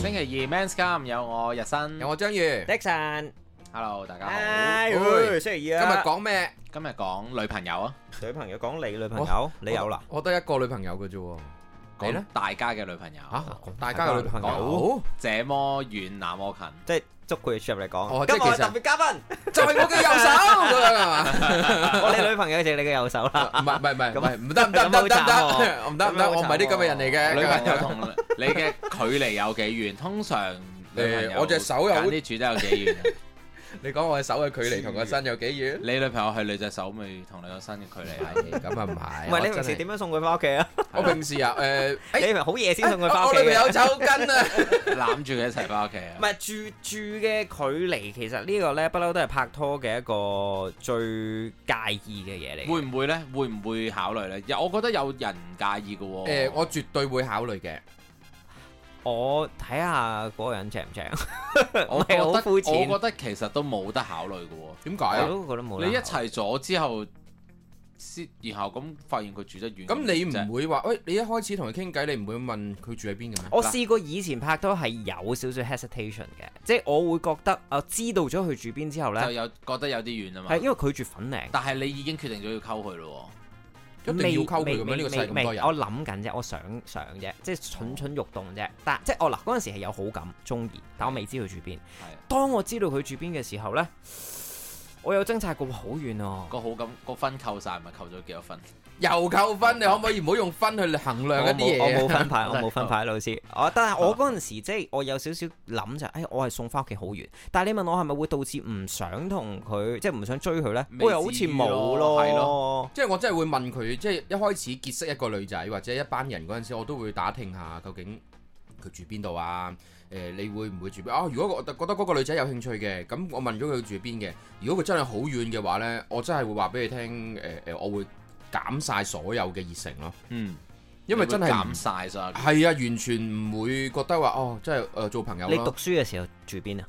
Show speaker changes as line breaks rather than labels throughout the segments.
星期二 Men's Come 有我日新
有我章魚，
Dixon，
，Hello 大家好。
唉，
好
喂，星期二啊。
今日講咩？
今日講女朋友啊，
女朋友講你女朋友，你有啦？
我得一個女朋友嘅啫喎。你
講
呢
大家嘅女朋友。
吓，大家嘅女朋友
講
這麼遠那麼近，
即係捉佢入嚟講。
哦，
今日
即係其實-
我係特別嘉賓，
就係我嘅右手 咁樣係嘛？
我哋女朋友就係你嘅右手啦。
唔係唔係唔係唔係唔得唔得唔
咁
得唔
好慘
得
喎
唔得唔得，我唔係啲咁嘅人嚟嘅。
女朋友同 你嘅距離有幾遠？通常女朋友
誒我隻手有
揀啲主都有幾遠？
你講我嘅手嘅距離同個身有幾 遠？
你女朋友去你隻手咪同你個身嘅距離 係？
咁啊唔係，
唔係，你
我真係
平時點樣送佢返屋企啊？
我平時啊誒，誒我
你係咪好夜先送佢返屋企嘅？
女朋友抽 筋啊！
攬住佢一齊翻屋企啊！
唔係，住-住嘅距離，其實呢個呢，不嬲都係拍拖嘅一個最介意嘅嘢嚟嘅。
會唔會呢？會唔會考慮呢？有我覺得有人唔介意嘅喎。
誒，我絕對會考慮嘅。
à, 我睇下嗰個人正唔正。
我覺得
唔係好膚淺
我覺得其實都冇得考慮嘅喎。
點解啊？
我都覺得冇啦。
你一齊咗之後，先然後咁發現佢住得遠，
咁你
啫
唔會話喂？你一開始同佢傾偈，你唔會問佢住喺邊嘅咩？
我試過以前拍拖係有少少 hesitation 嘅，即係我會覺得啊，知道咗佢住邊之後
就
呢，
有覺得有啲遠啊
係
嘛。
因為佢住粉嶺，
但係你已經決定咗要溝佢咯
一定要溝佢嘅咩？呢個世界咁多
未
人
我。諗緊啫，我想想啫，即係蠢蠢欲動
哦
啫。但即係我嗱嗰陣時係有好感、中意，但我未知佢住邊。
喎，係啊
當我知道佢住邊嘅時候呢，我有掙扎過，哇好遠哦、
個好感個分扣晒，咪扣咗幾多分？
又扣分，你可唔可以唔好用分去衡量一
我
啲
冇我
嘢啊？
冇分派，我冇分派老師。我但係我嗰陣時即係我有少少諗就係，哎，我係送翻屋企好遠。但係你問我係咪會導致唔想同佢，即係唔想追佢咧？
未
我又好似冇
至於咯係
咯。
即係我真係會問佢，即係一開始結識一個女仔或者一班人嗰陣時，我都會打聽下究竟佢住邊度啊？誒、你會唔會住邊啊？如果我覺得嗰個女仔有興趣嘅，咁我問咗佢住邊嘅。如果佢真係好遠嘅話呢，我真係會話俾你聽，誒、誒，我會減晒所有嘅熱誠咯，
嗯，
因為真係唔
減晒所有
係啊，完全唔會覺得話哦，即係誒、做朋友
你
咯
讀。書嘅時候住邊啊？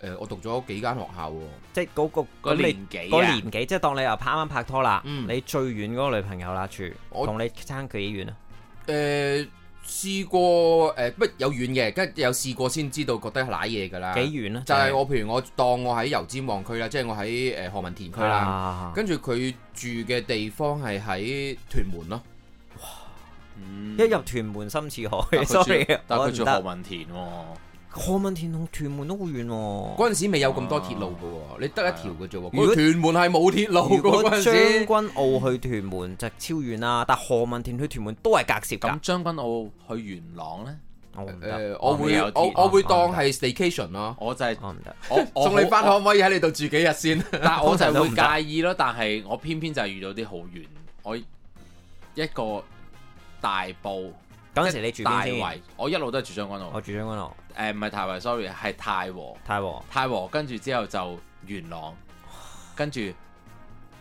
誒、我讀咗幾間學校喎、
即係嗰個
個
咁你
年紀
嗰
啊，
年紀，即係當你又拍啱啱拍拖啦，
嗯
你最遠嗰個女朋友啦住，
我
同你爭佢幾遠啊？
誒、試過誒，不、有遠嘅，跟住有試過先知道覺得係賴嘢㗎啦。
幾遠啊？
就係我譬如我當我喺油尖旺區啦，即係我喺誒何文田區啦，
啦
跟住佢住嘅地方係喺屯門咯，
嗯
一入屯門深似
但
海
佢住
，sorry，
但
我
佢
唔
住何
得。
文田喎，
何文田同屯門都好遠喎。
嗰陣時未有咁多鐵路嘅喎，你得一條嘅啫喎，
如果
佢屯門係冇鐵路
如
嘅
果
嗰陣
將
時，
軍澳去屯門就超遠啦，但何文田去屯門都係隔涉
咁
㗎。
將軍澳去元朗呢，
我唔得，
誒我
未
會
有鐵
我我會
哦
當係 staycation 咯，
我就係
我哦唔得。
我我
送你
好
翻可唔可以喺你度住幾日先？
但我就係
通常
會介意咯，但係我偏偏就係遇到啲好遠，我一個大埔
嗰陣時你住
大
邊先？哦
圍，我一路都係住將軍澳
我，住將軍澳，
誒唔係大圍，sorry 係太和，
太和。
太和跟住之後就元朗，跟住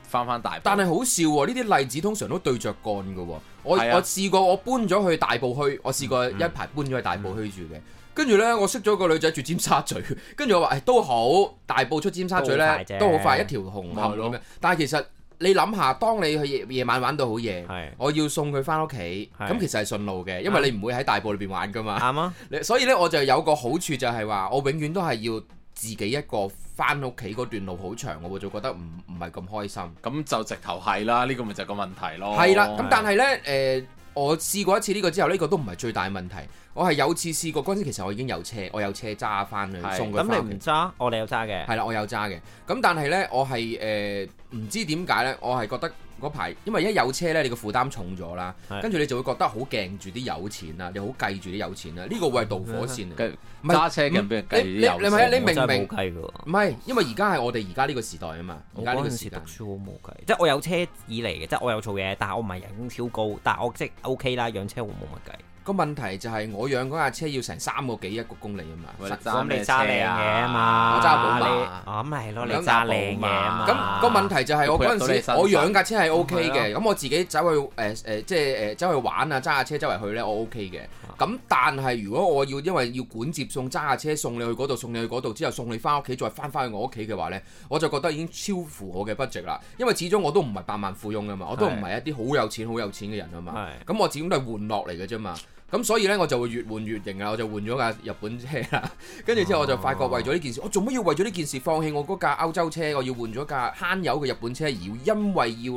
翻翻大埔，
但係好笑喎，呢啲例子通常都對着幹嘅喎。我、
係啊
我試過我搬咗去大埔墟，我試過一排搬咗去大埔墟住
嗯
嘅。跟住呢，我識咗個女仔住尖沙咀， 跟住我話誒都好，大埔出尖沙咀
都好
呢
快啫
都好快一條紅
咪係
磡
咯
咁樣。但係其實你諗下，當你去夜夜晚玩到好夜
係，
我要送佢翻屋企，
係
咁其實係順路嘅，因為你唔會喺大埔裏邊玩噶嘛。
啱啊！
你所以呢，我就有個好處就係話，我永遠都係要自己一個翻屋企嗰段路好長，我就覺得唔唔係咁開心。
咁就直頭係啦，呢個咪就係個問題
哦
咯。
係啦，咁但係呢，誒、我試過一次呢個之後，呢、個都唔係最大問題。我係有次試過嗰陣時，其實我已經有車，我有車揸翻去
係
送佢
咁
翻
你
屋
唔
企。
揸，我哋有揸嘅。
係啦，我有揸嘅。咁但係呢，我係誒唔知點解呢，我係覺得嗰排，因為一有車呢，你個負擔重咗啦，
係
跟住你就會覺得好鏡住啲有錢啦，你好計住啲有錢啦。呢、個會係導火 線啊嚟。
跟
唔係
揸車嘅人俾人計
你
啲油
你你咪
錢
你
我
明
真係
明
冇計㗎喎。
唔係，因為而家係我哋而家呢個時代啊嘛，而
我
家呢
嗰
個
陣
時
時讀
間。
書好冇計，即係我有車以嚟嘅，即係我有做嘢，但係我唔係人工超高，但係我即係 OK 啦，養車我冇乜計。
個問題就係我養嗰架車要成三個幾一個公里啊嘛，
喂你
咁
揸
你
咩
揸
車
靚嘢啊
啊
嘛，
我揸寶馬
你啊咪係咯，你
兩
揸
架
靚嘢啊嘛。
寶馬
咁個問題就係我嗰陣時，我養架車係 O K 嘅，咁我自己走去誒誒，即係誒走去玩啊，揸架車周圍去咧，我 O K 嘅。咁但係如果我要因為要管接送，揸架車送你去嗰度，送你去嗰度之後送你翻屋企，再翻翻去我屋企嘅話咧，我就覺得已經超乎我嘅 budget 啦。因為始終我都唔係百萬富翁啊嘛，我都唔係一啲好有錢好有錢嘅人啊嘛。
係
咁我始終都係換落嚟嘅啫嘛。咁所以呢，我就會越換越型啦，我就換咗架日本車啦。跟住之後我就發覺為咗呢件事，我做乜要為咗呢件事放棄我嗰架歐洲車，我要換咗架慳油嘅日本車，而因為要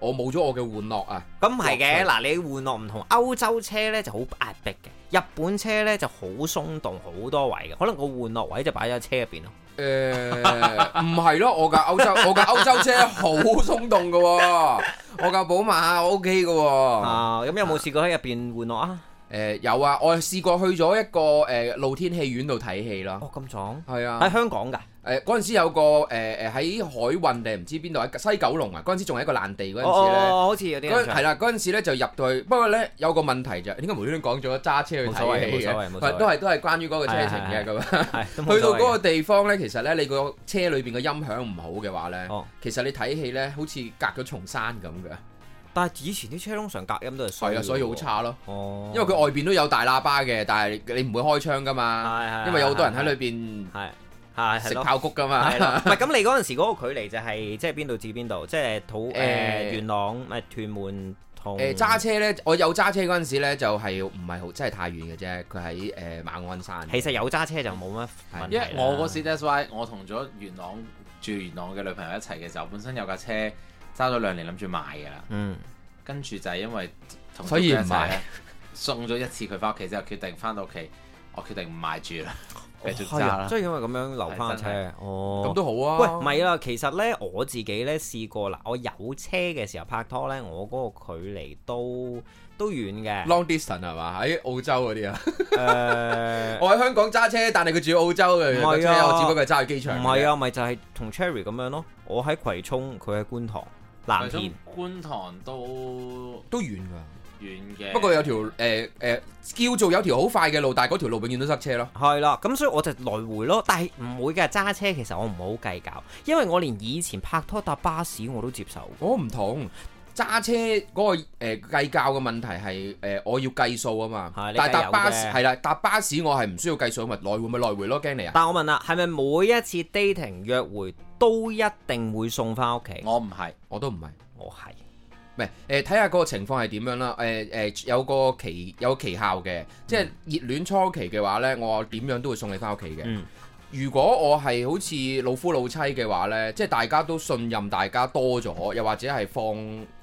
我冇咗我嘅玩樂啊，
咁係嘅，
樂趣
嗱你換落唔同，歐洲車咧就好壓迫嘅，日本車咧就好鬆動，好多位嘅，可能個換落位就擺咗喺車入邊咯。
誒唔係咯，我架歐洲我架歐洲車好鬆動嘅喎、我架寶馬 O K 嘅喎。
啊，咁有冇試過喺入邊換落啊？
誒有啊，我試過去咗一個誒、露天戲院度睇戲咯，
哦，咁爽！
係啊。
喺香港㗎，
誒嗰陣時有個誒誒喺海運定唔知邊度喺西九龍啊，嗰陣時仲係一個爛地嗰
哦
陣時咧。
哦，好似有啲
嗰
印
陣
象
係啦，嗰陣時咧就入到去，不過咧有個問題就點解無端端講咗揸車去
冇所謂
睇戲
冇所謂冇所謂
嘅？都係都係關於嗰個車程嘅
係係
咁樣。
係都冇
去到
所謂
嗰個地方咧，其實咧你個車裏邊嘅音響唔好嘅話咧
哦，
其實你睇戲咧好似隔咗重山咁嘅，
但係以前啲車通常隔音都係衰
係啊，
嘅
所以
喎
好。差咯。
哦，
因為佢外邊都有大喇叭嘅，但係你唔會開窗噶嘛，
係係
因為有好多人喺裏
裏
邊
係係啊係
食
咯。
炮谷噶嘛
係。啦，唔係咁你嗰陣時嗰個距離就係即係邊度至邊度，即係土誒
誒
元朗咪屯門同
誒揸車咧，我有揸車嗰陣時咧，就係唔係好真係太遠嘅啫。佢喺誒馬鞍山，
其實有揸車就冇乜問題
因
啦
為我嗰時 that's why 我同咗元朗住元朗嘅女朋友一齊嘅時候，本身有架車揸咗兩年諗住賣㗎啦，
嗯
跟住就係因為同
所以唔
咗佢一齊
賣
咧送咗一次佢翻屋企之後，決定翻到屋企，我決定唔賣住啦，繼續揸啦
即。哦係因啊為咁樣留翻架
係
車哦。
咁都好
喂，
啊。
唔係啦，其實咧我自己咧試過啦，我有車嘅時候拍拖咧，我嗰個距離都都遠嘅。
long distance 係嘛？喺澳洲嗰啲啊，
誒，
我喺香港揸車，但係佢住澳洲嘅，
唔係啊
個車我只不過係揸去機場。
唔係，啊，咪就係同 Cherry 咁樣咯。我喺葵涌，佢喺觀塘藍田
咁。觀塘都
都遠㗎。
遠嘅，
不過有條誒誒叫做有條好快嘅路，但係嗰條路永遠都塞車咯。
係啦，咁所以我就來回咯，但係唔會嘅揸車，其實我唔好計較，因為我連以前拍拖搭巴士我都接受。
我唔同揸車嗰個誒計較嘅問題係誒我要計數啊嘛
係。你
但係
計
搭
有
巴
嘅
士係啦，搭巴士我係唔需要計數，咪來回咪來回咯，驚你啊！
但我問啦，係咪每一次 dating 約會都一定會送翻屋企？
我唔係，
我都唔係。
我係
唔係誒，睇下個情況係點樣啦。誒、誒、有個期有個期效嘅，即係熱戀初期嘅話呢，我點樣都會送你翻屋企嘅。
嗯
如果我係好似老夫老妻嘅話呢，即係大家都信任大家多咗，又或者係放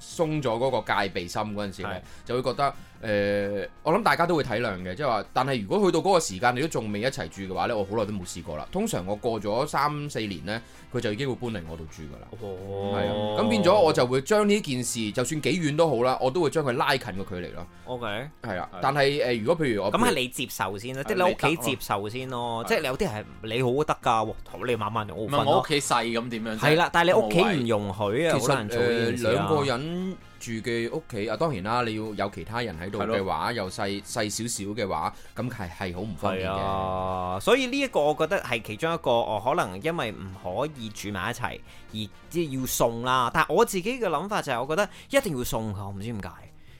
鬆咗嗰個戒備心嗰陣時
係
咧，就會覺得誒、我諗大家都會體諒嘅，即係話，但係如果去到嗰個時間你都仲未一齊住嘅話呢，我好耐都冇試過啦。通常我過咗三四年呢，佢就已經會搬嚟我度住㗎啦。
哦
係啊，咁變咗我就會將呢件事，就算幾遠都好啦，我都會將佢拉近個距離咯。
OK，
係啊
係，
但係誒、呃如果譬如我
咁係你接受先啦，即係你
你
屋
得
企接受先咯，
係
即係你有啲係你好得㗎，喎你慢慢我
唔
瞓
係我
咯
屋，企細咁點樣啫？
係啦，但係你屋企唔
冇位
容許啊，
其
好
實
難做呢件
誒
事啊
兩個人住嘅屋企啊，當然啦，你要有其他人喺度
係咯
嘅話，又細細少少嘅話，咁係係好唔方
係
便嘅。
啊，所以呢一個我覺得係其中一個，我可能因為唔可以住埋一齊，而即係要送啦。但係我自己嘅諗法就係，我覺得一定要送佢，我唔知點解。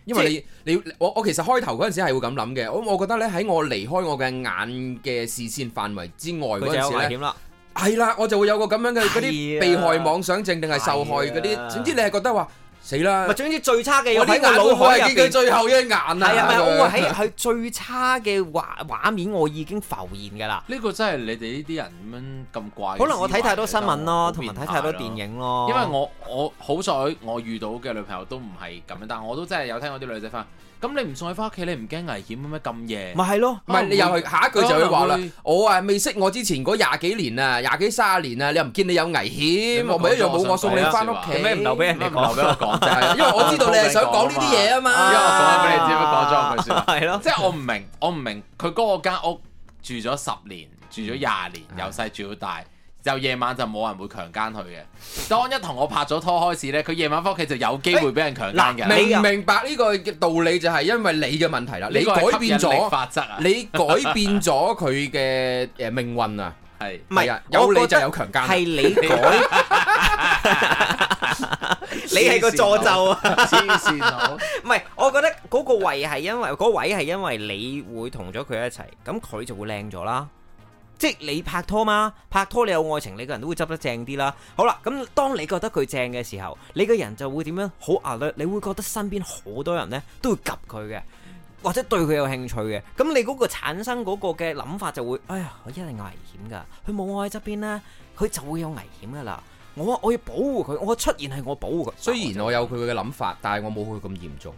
因為你你我我其實開頭嗰陣時係會咁諗嘅，我我覺得咧喺我離開我嘅眼嘅視線範圍之外嗰
佢就有
陣時
危
咧。
險啦，
係啦，我就會有個咁樣嘅嗰
係啊
啲被害妄想症定係受害嗰
係啊
啲，總之你係覺得話死啦
咪，總之最差嘅要
我啲
喺我
眼會
腦
唔會
海入
係見佢
邊。
最後一眼啊？
係啊，咪
咁樣
我會喺佢最差嘅畫畫面，我已經浮現㗎啦。
呢個真係你哋呢啲人咁樣咁怪。
可能我睇太多新聞咯，同埋睇太多
影。
電影咯。
因為我我好彩我遇到嘅女朋友都唔係咁樣，但我都真係有聽過啲女仔翻，咁你唔送佢翻屋企，你唔驚危險嘅咩？咁夜
咪係咯，
唔係你又去下一句就會話啦
可能會，
我啊未識我之前嗰廿幾年啊，廿幾卅年啊，你又唔見你有危險，
啊
你
我咪一樣冇
講咗
我送你
我想
翻
講
屋
嘅
企，
有咩唔留俾人
你
哋
講
講？
俾我講啫，
係啊因為我知道你係想講呢啲嘢啊
因為我
嘛。
講咗俾你知，不過講咗嗰句説話，
係咯，
即係我唔明，我唔明佢嗰個間屋住咗十年，住咗廿年，由細住到大，就夜晚就冇人會強姦佢嘅。 當一同我拍咗拖開始咧，佢夜晚翻屋企就有機會俾人強姦
嗱
嘅。
明
你啊
唔明白呢個嘅道理就係因為你嘅問題啦，你
呢個係
改變
吸引力
咗，
法則啊，
你改變咗佢嘅誒命運啊，
係
唔係
係啊，有你就有
我
強
覺
姦
得
啊
係你改， 你係個助咒啊！
黐線佬，
唔係，我覺得嗰個位係因為嗰、位係因為你會同咗佢一齊，咁佢就會靚咗啦。即係你拍拖嘛，拍拖你有愛情，你個人都會執得正啲啦。好啦，咁當你覺得佢正嘅時候，你個人就會點樣好 alert，你會覺得身邊好多人呢都會及佢嘅，或者對佢有興趣嘅。咁你嗰個產生嗰個嘅諗法就會，哎呀，我一定有危險㗎。佢冇我喺側邊呢，佢就會有危險㗎啦。我我要保護佢，我出現係我保護佢。
雖然我有佢嘅諗法，但係我冇佢咁嚴重。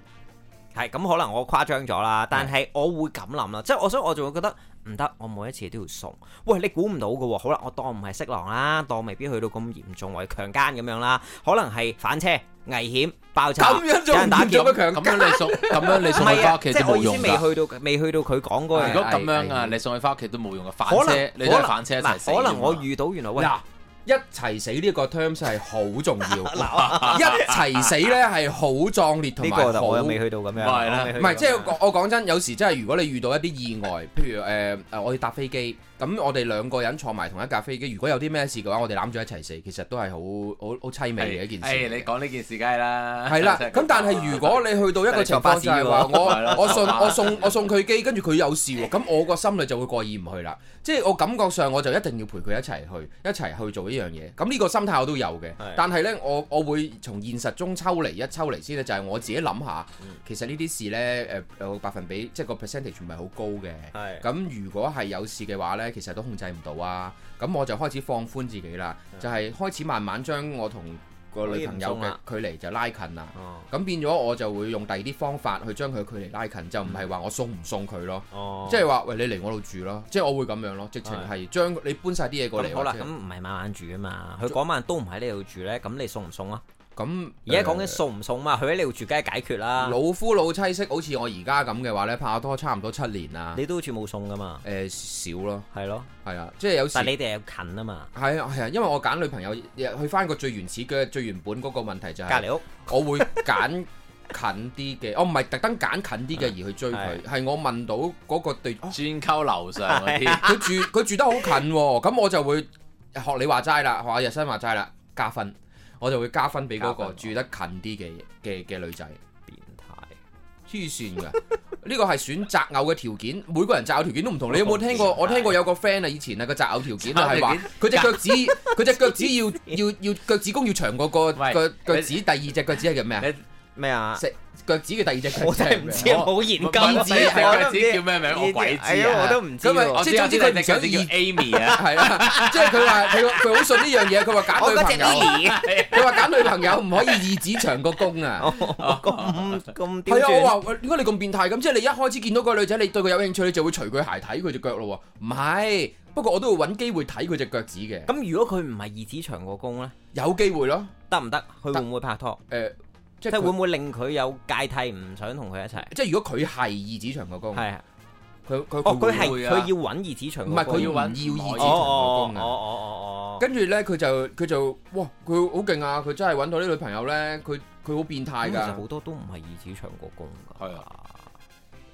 係咁，可能我誇張咗啦，但係我會咁諗啦，即係我所以我就會覺得唔得，我每一次都要送。 喂，你估唔到嘅喎，好啦，我當唔係色狼啦，當未必去到咁嚴重或者強姦咁樣啦，可能係反車、危險、爆炸、
咁樣仲
有人打
唔
劫
做，乜
咁
強
咁樣你送，咁樣你
唔
送佢
係
翻
啊，
屋企
即
就
係我
冇
意思
用㗎。
未去到未去到佢講嗰
如
樣
果
係
咁樣啊，
係
你送佢翻屋企都冇用嘅，反
可
車
能
你都係反車一齊
嗱
死
可能我
啫嘛
遇到原來喂，
嗱，一齊死呢個 terms 係好重 要，一齊死咧係好壯烈同
呢
埋
個就
好。
我又未
唔
去到咁樣，
唔係啦
我未去到
係，即係
咁樣
我我講真，有時真係如果你遇到一啲意外，譬如誒誒、呃呃我要搭飛機，咁我哋兩個人坐埋同一架飛機，如果有啲咩事嘅話，我哋攬住一齊死，其實都係好好好凄美嘅一件事。
誒，你講呢件事梗係啦，
係啦，
真係
咁但係如果你去到一個情況就係話
但係你坐巴士喎
係啦
我我
坐
送
巴士
我送我送佢機，跟住佢有事喎，咁我個心裏就會過意唔去啦。即係我感覺上我就一定要陪佢一齊去，一齊去做呢樣嘢。咁呢個心態我都有嘅
係，
但係呢，我我會從現實中抽離一抽離先咧，就係我自己諗下
嗯，
其實呢啲事呢，誒有百分比即係個 percentage 唔係好高嘅。
係
咁如果係有事嘅話呢，其實都控制唔到啊。咁我就開始放寬自己啦，
嗯
就係開始慢慢將我同個女朋友嘅距離就拉近啦。
哦
咁變咗我就會用第二啲方法去將佢距離拉近，就唔係話我送唔送佢咯，
哦
即係話喂你嚟我度住咯，即係我會咁樣咯，直情係將你搬晒啲嘢過嚟。
咁好啦，
或
咁
者
唔係晚晚住啊嘛，佢嗰晚都唔喺呢度住咧，咁你送唔送啊？
咁
而家講緊啊
呃
送唔送嘛，佢喺呢度住梗係解決啦。
老夫老妻式，好似我而家咁嘅話咧，拍拖差唔多七年啦，
你都好似冇送噶嘛，
誒少咯，
係咯。
啊係啊，即係有時
但係你哋又近啊嘛，
係啊係啊，因為我揀女朋友去翻個最原始嘅最原本嗰個問題就
隔
係
離屋
我會揀近啲嘅，我哦唔係特登揀近啲嘅而去追佢，係我問到嗰個對。
專溝樓上嗰啲，
佢住佢 住得好近喎，咁我就會學你話齋啦，學阿日新話齋啦，加分，我就會加分俾嗰個
加
住得近啲嘅嘅嘅女仔。
變態，
黐線㗎， 呢個係選擇偶嘅條件，每個人擇偶條件都唔同。你有冇聽過？
我
我
知
聽過有個 friend 啊，以前啊個擇偶條件啊
擇偶
係話佢隻腳趾，佢隻腳趾要要要腳趾公要長過個
喂
個腳趾，第二隻腳趾係叫咩啊？
咩啊？
食腳趾嘅第二隻腳趾係
我真係唔知
咩啊，
冇研究
我
唔
唔
知
知
我
我唔知叫咩名，我鬼知
係啊
啊！
我都唔知
咁咪
喎。
我
即
知我
係總之
知
佢唔
佢
想
想叫
以
Amy 啊，
係啦，即係佢話佢佢好信呢樣嘢，佢話揀
我
女
嗰
朋
隻
友。
Lily，
佢話揀女朋友唔可以二指長個弓啊！
我咁哦咁刁
係啊，我
轉，
話喂點解你咁變態咁？即係你一開始見到個女仔，你對佢有興趣，你就會除佢鞋睇佢只腳咯喎。唔係，不過我都會揾機會睇佢只腳趾嘅，
咁如果佢唔係二指長過弓咧，
有機會咯。
得唔得？佢會唔會拍拖？
誒、即
即
係
係
佢
會唔會令佢有芥蒂，唔想同佢一齊？
即係如果佢係二指長個弓，
係啊，
佢佢
哦，佢
會
係
會
佢
啊
要揾二指長
唔
過
係
弓，
佢要
要
揾
揾
要二指長
哦
個
哦
弓
哦
啊？
哦哦哦，
跟住咧，佢就佢就哇，佢好勁啊！佢真係揾到啲女朋友咧，佢佢好變態
咁其實
㗎。
好多都唔係二指長過弓㗎。
係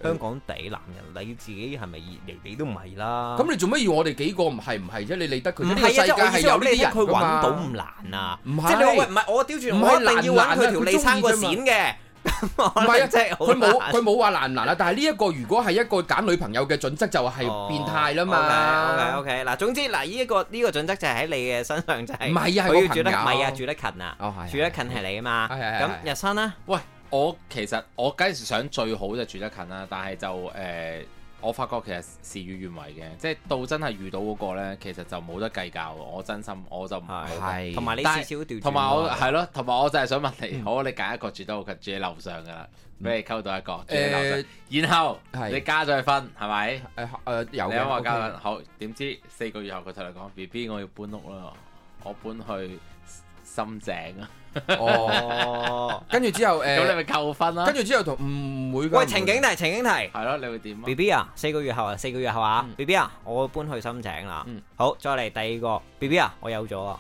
香港地男人，你自己係咪二嚟？你都唔係啦。
咁你做乜要我哋幾個唔係唔係啫？你理得佢啫？
唔
呢
係
個
啊，
世
即
界
係我意
係
思話
有
俾
呢啲
你聽，
人
佢
㗎嘛
揾到唔難啊。
唔係
即係你話喂，唔係我刁轉，
唔係
我一定要
難啊
揾佢條
佢
脷
中意
生過
啫嘛
閃嘅。唔
唔係 啊
即係好
佢冇
難
佢冇話難唔難啦，但係呢一個如果係一個揀女朋友嘅準則，就係變態啦嘛。
O K O K 嗱，總之嗱，呢一個呢個準則就係喺你嘅身上就係
唔係啊，係我
佢要
朋友。
住得唔係啊，住得近啊，
哦係
住得近係你啊嘛。
係係係
咁日新啦，
喂，我其實我梗係想最好就住得近啦，但係就誒、呃我發覺其實事與願違嘅，即係到真係遇到嗰個咧，其實就冇得計較喎。我真心我就唔
係
係
同埋你
但係
至少調轉喎，
同埋 我係咯，同埋我就係想問你，好，你揀一個住得好近，住喺樓上噶啦，俾你溝到一個住喺樓
誒
上，然後
係
你加咗佢分係咪？
誒誒有
你諗我加分
嘅。
好，點知四個月後佢同你講 B B，我要搬屋啦，我搬去深井啊，
哦，
哦，
跟住之後
咁你
誒，
咪扣分啦。
跟住之後同唔會㗎
喂，
唔會
情景題，情景題。
係咯，你會點啊
B？B 啊，四個月後啊，四個月後啊
嗯
，B B 啊，我搬去深井啦
嗯。
好，再嚟第二個，B B 啊，我有咗啊，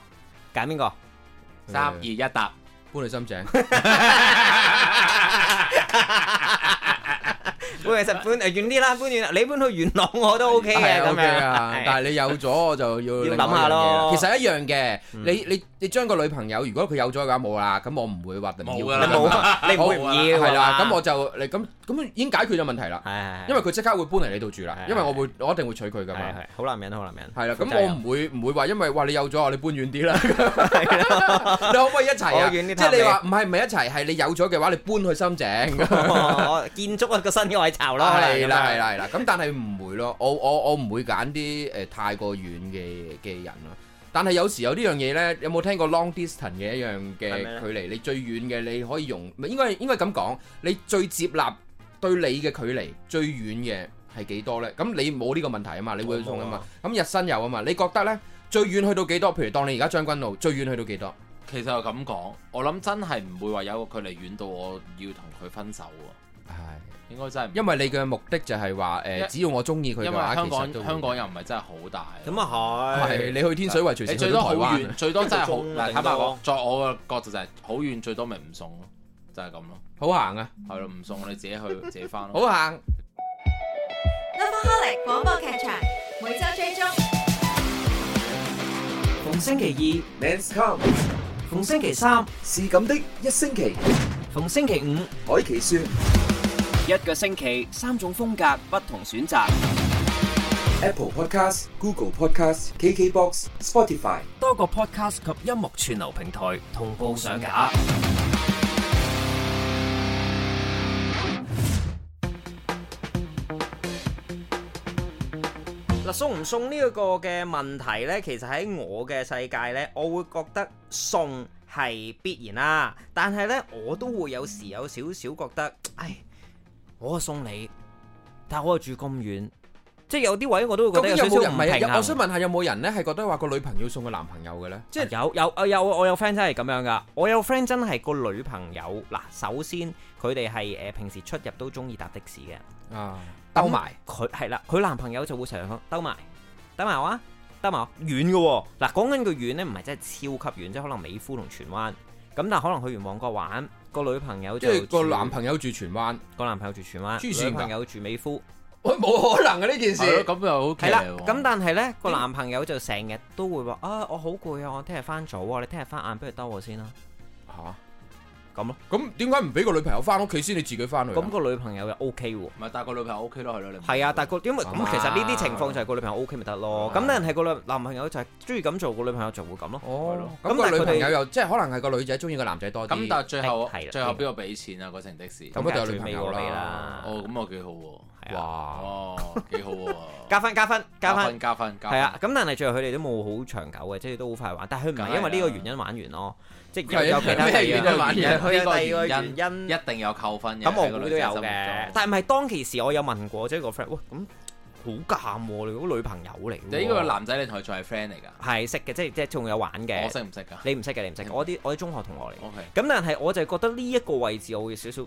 揀邊個？
三二一答。
搬去深井，
搬去實搬誒遠啲啦，搬遠，你搬去元朗我都 O K 嘅
係
咁
OK 啊
樣。係
但係你有咗我就要
要
另外
諗下
一樣嘢啦
咯
其實一樣嘅，
嗯
你你你將個女朋友，如果佢有咗嘅話冇啦，咁我唔會話定要
冇㗎
你
啦
冇啊，你唔會唔
好啊
要啊
係啦，
嘛
咁我就你咁咁已經解決咗問題啦，
係係，
因為佢即刻會搬嚟你度住啦
係，係
因為我會我一定會娶佢噶
係
嘛。
係好男人，好男人。
係啦，咁
負責
我唔會唔會話，因為哇你有咗我，你搬遠啲 啦，
係啦
你可唔可以一齊
我
啊？
遠啲
即
探
係
你
你話唔係唔係一齊，係你有咗嘅話，你搬去深井。
我建築一個新嘅位巢咯，
係
啊
啦係
啦，
啦係啦，咁但係唔會咯，我我我唔會揀啲誒太過遠嘅嘅人咯。但係有時有呢樣嘢咧，有冇聽過 long distance 嘅一樣嘅
係咩呢
距離？你最遠嘅你可以用，唔係應該應該咁講，你最接納對你嘅距離最遠嘅係幾多咧？咁你冇呢個問題啊嘛，你會痛啊嘛。咁日新有啊嘛，你覺得咧最遠去到幾多？譬如當你而家將軍澳最遠去到幾多？
其實係咁講，我諗真係唔會話有個距離遠到我要同佢分手喎，
係，
應該真係唔
因為你嘅目的就係話誒，
因
只要我中意佢
因
嘅
為
話，
香港
其實都會
香港又唔係真係好大。
咁啊
係你去天水圍隨
你
時
最
去
多
到
好
台灣。
遠，最多真係好
一個鐘
嗱。
頂
坦白
多
講，在我嘅角度就係好遠，最多咪唔送咯，就係咁咯，
好行啊，
嗯
係咯，唔送你自己去自己翻
好啊
咯。
行。
Lovaholic 廣播劇場每周追蹤，
逢星期
Men's Come
二、逢星期三、
是咁的一星期，
逢星期五，
海奇說
一個星期三種風格，不同選擇，
Apple Podcast、Google Podcast、KKBox、Spotify
多個 podcast 及音樂串流平台同步上架。嗱，送唔送呢一個嘅問題呢？其實喺我嘅世界呢，我會覺得送係必然啦。但係呢，我都會有時有少少覺得，唉，我送你，但係我又住咁遠，即係有啲位我都會
究
覺
竟
得
有
有
冇
少少
人唔
唔平
係？啊
衡
我想問下有冇人咧係覺得話個女朋友送個男朋友嘅咧？
即係有有啊有我有 friend 真係咁樣噶，我有 friend 真係個女朋友嗱，首先佢哋係誒平時出入都中意搭的士嘅，
啊，兜埋
佢係啦，佢男朋友就會成日講兜埋，兜埋我啊，兜埋我遠嘅喎，嗱講緊個遠呢，唔係真係超級遠，即係可能美孚同荃灣，咁但係可能去完旺角玩，個女朋友
即
就
係個
住
男朋友住荃灣，
個男朋友住荃灣，
黐線㗎
女朋友住美孚，
喂冇可能啊嘅呢件
係咯，咁又好奇
係啦，
喎
咁但係呢，個男朋友就成日都會話啊我好攰啊，我聽日翻早啊，你聽日翻晏，不如兜我先啦，
嚇
咁咯，
咁點解唔俾個女朋友翻屋企先？你自己翻去啊？
咁個女朋友又 OK 喎。
唔係，但係個女朋友 OK 咯，係咯，你唔
係啊，但係個因為咁
啊
其實呢啲情況就係個女朋友 O K 咪得咯，咁
啊
但係個女男朋友就係中意咁做，個女朋友就會咁咯。
哦，
係咯
咁
咁但係
個女
佢哋
朋友又即係可能係個女仔中意個男仔多啲。
咁但係最後
係啦
最後邊個俾錢啊？嗰程的士
咁
梗
一定
係
有
最
女
尾
朋
嗰
友
位
啦。
啦，
哦，咁我幾好喎，
啊係啊，
哇！
哦，幾好喎，
加分加分加分，
加分加分，
係啊，咁但係最後佢哋都冇好長久嘅，即係都好快玩，但係佢唔
梗係
係
啦
因為呢個原因玩完咯，即
係
係
啊
有有其他
咩
第
原
二
因玩
個
完
佢有
呢個
第二個
原
原
因
因，
一定有扣分嘅。
咁我
喺個
估
女
都
仔
有
心目
嘅
中。
但係唔係當其時我有問過，即係個 friend，喂咁好尷喎，你個女朋友嚟
你
喎，
呢個男仔，你同佢仲係 friend 嚟
係識嘅，即係即係仲有玩
㗎？我
嘅，
識唔識㗎
你唔識嘅你唔識嘅，我啲我啲中學同學嚟嘅。
？OK，
咁但係我就覺得呢一個位置我會有少少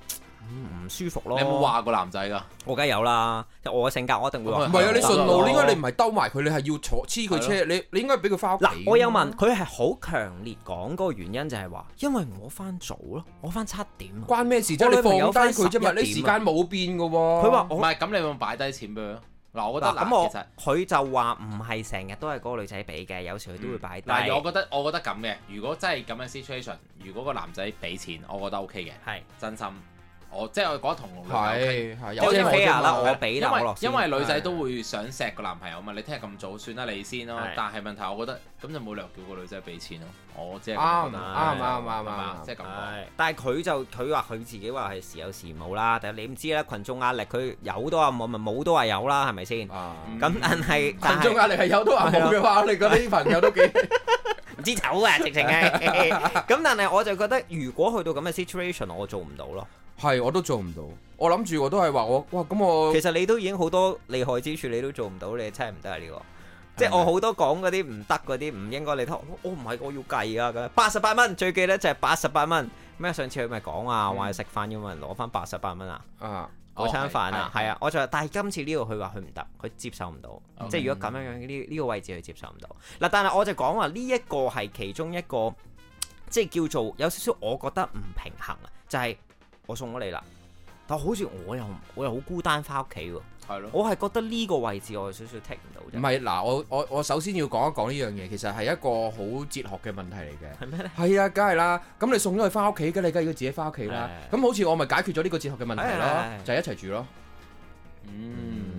嗯唔舒服
你
咯。
有冇？話過男仔㗎？
我梗係有啦，即係我嘅性格我一定會話。
唔係啊，你順路
呢
應該你唔係兜埋佢，你係要坐黐佢車，你你應該俾佢翻屋企。
嗱，我有問佢係好強烈講嗰個原因就係話，因為我翻早咯，我翻七點啊。
關咩事啫？
我
你
女
放
朋
低
友返
佢啫嘛，
11點
你
啊
時間冇變嘅喎。
佢話
唔
我
係，咁你有冇擺低錢俾佢啊？嗱，我覺得
嗱
嗱，
咁我
其實
佢就話唔係成日都係嗰個女仔俾嘅，有時佢都會擺低。
嗱，我覺得我覺得咁嘅。如果真係咁嘅 situation，如果個男仔俾錢，我覺得 OK 嘅，
係
真心。我即係我覺得同女朋友傾
係係有
我
因為
啲
啫
fair
嘛
啦，我俾
因
啦，我
為
落先
因為女仔都會想錫個男朋友嘛，你聽日咁早，算啦你先咯
係。
但係問題，我覺得咁就冇理由叫個女仔俾錢咯。我即係
啱
咁
啱
覺得
啱哦啱啊
係嘛
啱
即係咁講。
係但係佢就佢話佢自己話係時有時冇啦，但係你唔知啦，群眾壓力佢有都話冇，咪冇都話有啦，係咪先？咁
啊
嗯
但係
群
但係
眾。啊壓力係有都話冇嘅話，你嗰啲朋友都幾
唔知醜啊，直情係。咁但係我就覺得，如果去到咁嘅 situation，我做唔到咯。
係我都做唔到。我諗住我都係話我哇咁我
其實你都已經好多厲害之處，你都做唔到，你真係唔得啊呢個。即係我好多講嗰啲唔得嗰啲，唔應該你睇。我我唔係我要計啊咁樣。八十八蚊最記得就係八十八蚊。咩？上次佢咪講啊，
嗯
話食飯要問人攞翻八十八蚊啊，
啊，
嗰餐飯啊，係
啊，
啊，我就話但係今次呢個佢話佢唔得，佢接受唔到，
哦
嗯
即係如果咁樣樣呢呢個位置佢接受唔到。嗱，但係我就講話呢一個係其中一個，即係叫做有少少我覺得唔平衡啊，就係我送咗你啦，但好似我又唔我又好孤單翻屋企喎，
係咯，
我係覺得呢個位置我有少少 take 唔
嗯唔
到啫。
係嗱，我我我首先要講一講呢樣嘢，其實係一個好哲學嘅問題嚟嘅。
係咩咧？
係啊，梗係啦。咁你送咗佢翻屋企，咁你梗係要自己翻屋企啦。
係
咁好似我咪解決咗呢個哲學嘅問題
係係
咯
係，
就係一齊住咯。
嗯，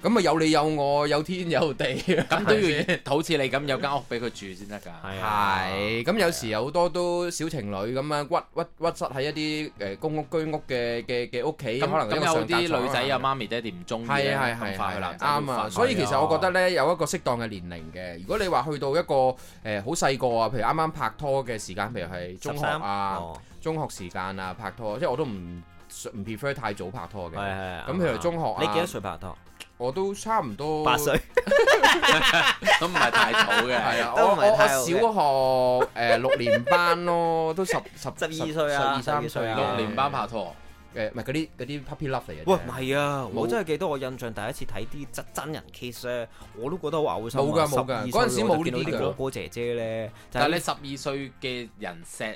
咁咪有你有我有天有 地，
咁都要好似你咁有間屋俾佢住先得㗎。
係啊
係，咁有時有好多都小情侶咁樣屈屈屈塞喺一啲誒公屋居屋嘅嘅嘅屋企，
咁
可能
咁
一個上
有
格床
啲女仔
啊
啊，媽咪爹哋唔中意
係
咧，
啊係
咁快
係
佢
係
男仔
啱啊！所以其實我覺得咧有一個適當嘅年齡嘅。如果你話去到一個誒好細個啊，譬如啱啱拍拖嘅時間，譬如係中學啊、
哦
中學時間啊拍拖，即係我都唔唔 prefer 太早拍拖嘅。
哦係係。
啊咁譬如中學啊
你幾多歲拍拖？
我都差唔多
八歲。
都唔係太早嘅，
係啊，
都
我
唔
我
係
我
太
小
好嘅
學誒六年班 咯，都十十
十二歲
十
啊
二三
十二歲
歲
啊
六年班拍拖，
誒，唔係嗰啲嗰啲 puppy love 嚟嘅啫。
喂，唔係啊！我
冇
真係記得我印象第一次睇啲真真人 case 咧，我都覺得好嘔心啊。
冇㗎冇㗎嗰
12
陣時
歲我就
冇呢啲
見到
㗎
啲哥哥姐姐咧，就
但係
係
你十二歲嘅人錫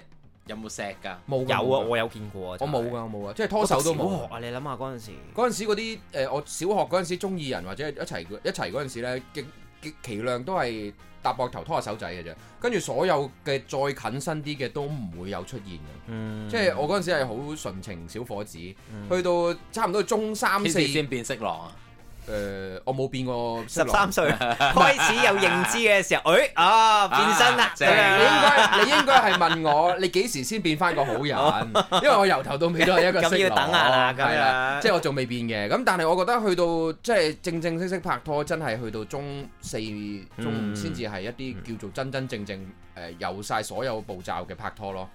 有冇錫㗎？
冇㗎
有啊，
冇㗎
我有見過
我
啊。真係
冇㗎，我冇啊，即係拖手都
我讀小
冇
學。啊！你諗下嗰陣時，
嗰陣時嗰啲誒，我小學嗰陣時中意人或者一齊一齊嗰陣時咧，極極其量都係搭膊頭拖下手仔嘅啫。跟住所有嘅再近身啲嘅都唔會有出現嘅。
嗯，
即係我嗰陣時係好純情小伙子，
嗯
去到差唔多中三
幾
四
時
誒、
先變色狼啊？
我冇變過色
十
狼。
三歲開始有認知嘅時候，誒啊變身啦
啊
咁
正
你
樣
應該你應該係問我，你幾時先變翻個好人？因為我由頭到尾都係一個色
哦咁
狼
要等下啦咁
係啦
樣
即係我仲未變嘅。咁但係我覺得去到即係正正式式拍拖，真係去到中四、中
嗯
五先至係一啲叫做真真正正誒、有晒所有步驟嘅拍拖咯。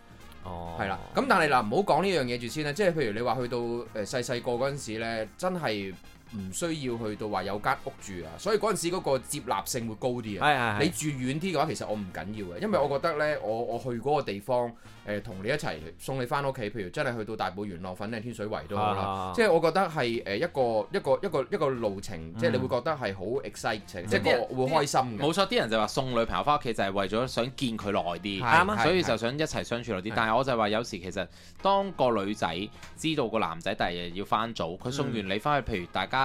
哦
係啦，咁但係嗱，唔好講呢樣嘢住先啦。即係譬如你話去到誒細細個嗰陣時咧，真係唔需要去到話有間屋住啊，所以嗰陣時嗰個接納性會高啲啊。
係係係
你住遠啲嘅話，其實我唔緊要嘅，因為我覺得呢，我我去嗰個地方，誒、同你一齊送你翻屋企，譬如真係去到大埔元朗粉嶺天水圍都好啦，
啊
即係我覺得係誒一個一個一個一個路程，即係你會覺得係好 exciting，即係
嗯
個會開心嘅。
冇錯，啲人就話送女朋友翻屋企就係為咗想見佢耐啲，
係
啱啊
所以
係
就想一齊相處耐啲
係。
但係我就話有時其實當個女仔知道個男仔第二日要翻早，佢送完你翻去，譬如大家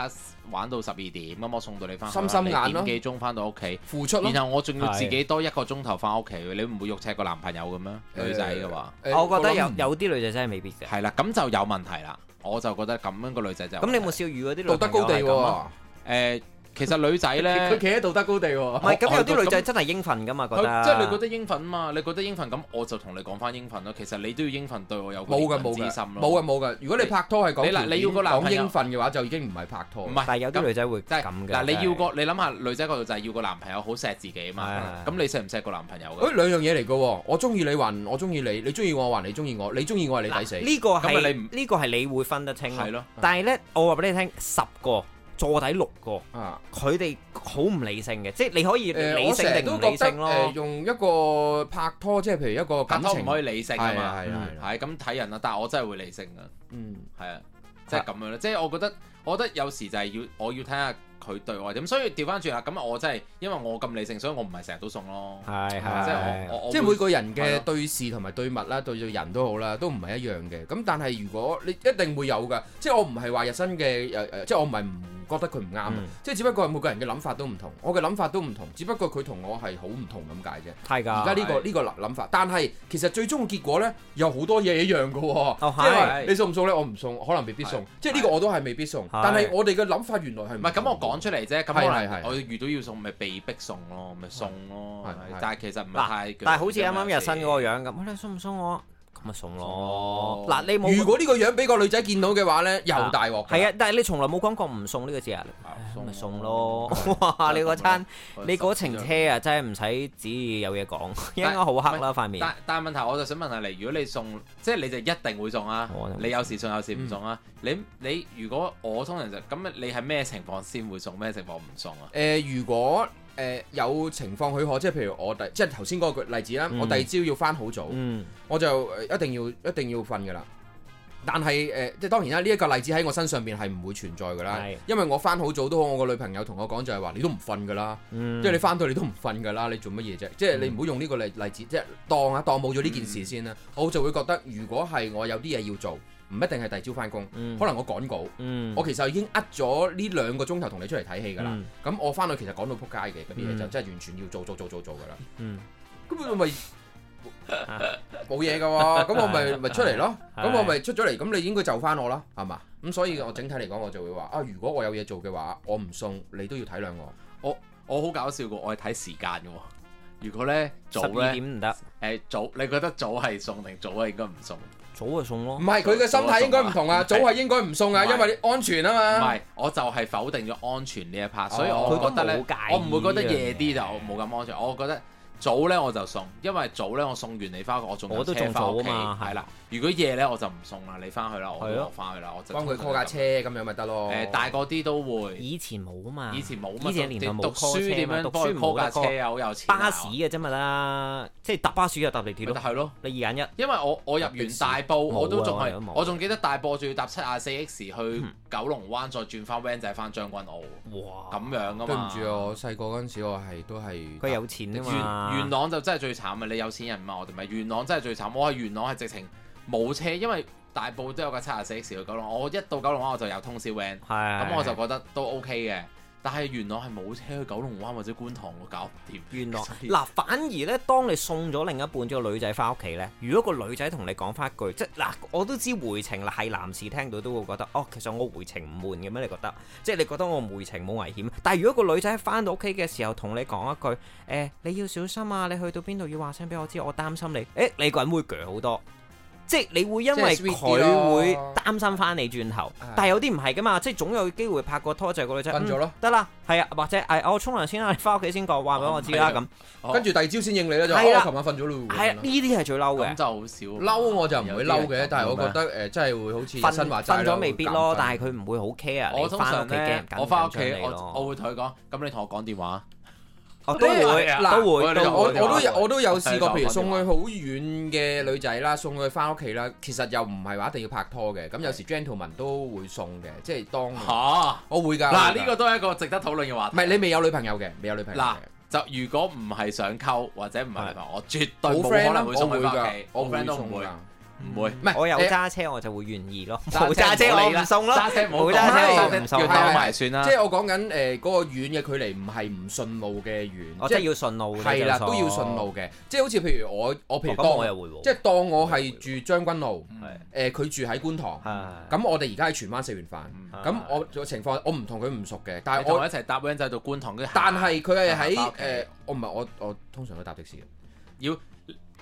玩到十二點咁，我送到你翻去，
心心眼咯
你點幾鐘翻到屋企，
付出咯，
然後我仲要自己多一個鐘頭翻屋企，你唔會肉赤個男朋友咁樣？
誒
女仔嘅話，
誒
我覺得有
諗
有啲女仔真係未必嘅。
係啦，咁就有問題啦。我就覺得咁樣個女仔就有
咁你有
問
冇
題
笑遇嗰啲女
道德高地
朋友係咁啊
喎，
誒？其實女仔 呢。
佢企喺道德高地喎。
唔係咁有
外
啲
國
女仔
咁
真係應份噶嘛？覺
佢
得
即係你覺得英憤嘛？你覺得英憤咁，我就同你講翻英憤咯。其實你都要英憤對我有個
冇噶
憐憫
冇噶
之心咯。
冇噶冇噶。如果你拍拖係講
你嗱
條件
你要個男
講
朋友
英分嘅話，就已經唔係拍拖。
唔
但係
係
有啲
咁
女仔會
即係
咁嘅。
嗱，你
真係
要個你諗下女仔嗰度就係要個男朋友好錫自己啊嘛。
係係
咁你錫唔錫個男朋友㗎？
誒兩樣嘢嚟嘅喎，我中意你還我中意你，你中意我還你中意我，你中意我係你抵死。
呢個
咁咪
係
你唔
呢個係你會分得清咯
係咯，
但係呢，我話俾你聽，十個坐底六個，
啊，
佢哋好唔理性嘅，即係你可以
誒
理
我
性
成日
定
都
唔
覺
理
得
性咯
誒。用一個拍拖，即係譬如一個
拍
感
拖
情
唔可以理性啊嘛。
係啊係啊係啊
係咁睇人啦，但係我真係會理性㗎，
嗯
係啊，即係咁樣咯。即係我覺得，我覺得有時就係要我要睇下佢對我點。所以調翻轉啦，咁我真係因為我咁理性，所以我唔係成日都送咯。
係
即係我我我
即係
會
每個人
係
嘅
咯
對事同埋對物啦，對對人都好啦，都唔係一樣嘅。咁但係如果你一定會有㗎，即係我唔係話日新嘅誒誒，即係我唔係唔覺得佢唔啱啊
嗯
即係只不過係每個人嘅諗法都唔同，我嘅諗法都唔同，只不過佢同我係好唔同咁解啫。
係㗎。
而家呢個
係
呢個諗諗法，但係其實最終嘅結果呢，有好多嘢一樣嘅喎、
哦
即係話
係
你送唔送呢？我唔送，可能未必送
係，
即係呢個我都係未必送。但係我哋嘅諗法原來係
唔
唔
係咁，我講
出
出嚟啫。咁
係
可
係係
能我遇到要送，咪被逼送咯，咪送咯。
係
係咪
係
但係其實唔係太
嗱
腳，
但係好似啱啱日新嗰
有
個樣咁，喂你送唔送我？咁咪送咯
咯。
嗱，你冇
如果呢個樣俾個女仔見到嘅話呢，又大鑊㗎。
係啊，但係你從來冇講過唔送呢個字啊。
時
咁咪送咯！
嗯
哇，你 嗰餐
哦
你嗰程。車啊，真係唔使旨意有嘢講，應該好黑啦塊面。
但但係問題，我就想問下你，如果你送，即係你就一定會送啊
我一定。會
你有時送，有時唔送啊。
嗯
你你如果我通常就咁，你係咩情況先會送，咩情況唔送啊？
誒、如果誒有情況許可，即係譬如我第即係頭先嗰個例子啦，
嗯
我第二朝要翻好早，
嗯
我就呃一定要一定要瞓噶啦。但係誒、呃即係當然啦，呢、一個例子喺我身上邊係唔會存在噶啦
係，
因為我翻好早都好，我個女朋友同我講就係話你都唔瞓噶啦，
嗯
即係你翻到你都唔瞓噶啦，你做乜嘢啫？即係你唔好用呢個例例子，即係當啊當冇咗呢件事先啦，
嗯
我就會覺得如果係我有啲嘢要做，唔一定係第二朝翻工，
嗯
可能我趕稿。
嗯
我其實已經呃咗呢兩個鐘頭同你出嚟睇戲㗎啦
嗯，
咁、我翻到其實講到撲街嘅嗰啲嘢
嗯
就真係完全要做做做做做㗎啦，
嗯啊
咁我咪冇嘢㗎喎，咁我 咪咪出嚟咯，咁我咪出咗嚟，咁你應該就翻我啦，係嘛？咁所以我整體嚟講我就會話啊，如果我有嘢做嘅話，我唔送你都要體諒我，
我好搞笑噶，我係睇時間嘅喎。如果咧早
十二
咧，
點唔得，
誒早，你覺得早係送定早係應該唔送？唔
早就送咯
唔。係佢嘅心態應該唔同啊，早
早
係應該唔送啊，
唔係
因為你安全啊嘛。
係，我就係否定咗安全呢一 part，所以
哦
我覺得咧
佢都冇，介意
我唔會覺得夜啲就
嘅
冇咁安全。我覺得早咧我就送，因為早咧我送完你翻屋企，我仲有
我都
車
仲
翻屋企
早啊嘛係
係啦。如果夜咧我就唔送啦，你翻去啦，我
係
都
咯
我翻去啦，我就
幫佢 call 架車咁樣咪得咯。
誒大個啲都會。
以前冇啊嘛，
以前冇乜，
以前年代冇
讀
call
書點
車嘛
樣
讀
幫
書
佢
冇
call
得
架車
call
啊？好有錢啊
巴士嘅啫嘛啦，即係搭巴士就搭地鐵
咪就
咯，
係咯。
你二揀一。
因為我我入完大埔，
的士
我都仲
冇啊嗯冇
係
啊
我仲記得大埔我仲要搭七廿四 X 去九龍灣，再轉翻 van 仔翻將軍澳
哦哇！
咁樣噶
對唔
嘛。
住啊，我細個嗰陣時我係都係
佢有錢啊
元
嘛，
元朗就真係最慘啊！你有錢人嘛，我哋咪元朗真係最慘。我喺元朗係直情冇車，因為大埔都有架七廿四 X 去九龍，我一到九龍灣我就有通宵 van，
係
咁我就覺得都 OK 嘅。但係元朗係冇車去九龍灣或者觀塘喎，搞唔掂。
元朗
所以
嗱，反而咧，當你送咗另一半之後，女仔翻屋企咧，如果個女仔同你講翻一句，即係嗱，我都知回程啦，係男士聽到都會覺得，哦，其實我回程唔悶嘅咩？你覺得，即係你覺得我回程冇危險？但係如果個女仔翻到屋企嘅時候同你講一句，誒、你要小心啊，你去到邊度要話聲俾我知，我擔心你，誒、你個人會鋸好多。即係你會因為
即係
佢
sweet 啲咯
會擔心翻你轉頭
係，
但係有啲唔係噶嘛，即係總有機會拍過拖就係個女仔
分咗咯
嗯得啦，係啊，或者誒我沖涼先啦，你翻屋企先講話俾我知啦
哦係啊
咁。
哦
跟住第二朝先應你咧，就
係啦
哦我琴晚瞓咗咯。
係啊，呢啲係最嬲
咁
嘅。
就好少
嬲我就唔會嬲
有啲
嘅
人，
但係我
咁樣
覺得誒真係會好似
瞓
新話齋
瞓咗未必咯，但
係
係佢唔會好 care
我
你
通
翻
常
屋企驚
咧
唔，緊
我翻屋企
張你
我我
咯。
會同佢講，咁你同我講電話，
我都會
嗱
都會
我
都
我我
會
都有我都有
係
試過，
講
譬如送
講
去好遠嘅女仔啦，送佢翻屋企啦，其實又唔係話一定要拍拖嘅，咁有時 gentleman 都會送嘅，即係當
嚇
我會㗎。
啊嗱
我會㗎
呢個都係一個值得討論嘅話題。
唔係你未有女朋友嘅，未有女朋友嘅
嗱，就如果唔係想溝或者唔係女朋友，我絕對
好
冇
friend
可
啦，
能會
我
送
會
佢翻屋
㗎
企，，
我
我
會
friend 都
送
唔會
㗎，
唔會。
唔係
我有
誒
揸車我就會願意咯，
揸
冇揸
車
車
唔好
我
理啦
唔送咯，
揸車唔好
冇
講
揸
啦
車我唔
叫
送
係
啊
兜
係
啦。
埋算啦
即。係我講緊誒嗰個遠嘅距離，唔係唔順路嘅遠，
我真係要順路嘅，
係啦，
就
都要順路嘅，即係好似譬如我我譬
哦。
如
咁
當
我又會喎，
即係當我係住將軍澳，
係
誒佢住喺觀塘，
係
咁我哋而家喺荃灣食完
嗯
飯，咁我個情況我唔同佢唔熟嘅，但
你
係
同我
我
一齊搭 van 仔到觀塘，跟住
但係佢係喺
行返屋企
誒我唔係我我通常都搭的士嘅，
要，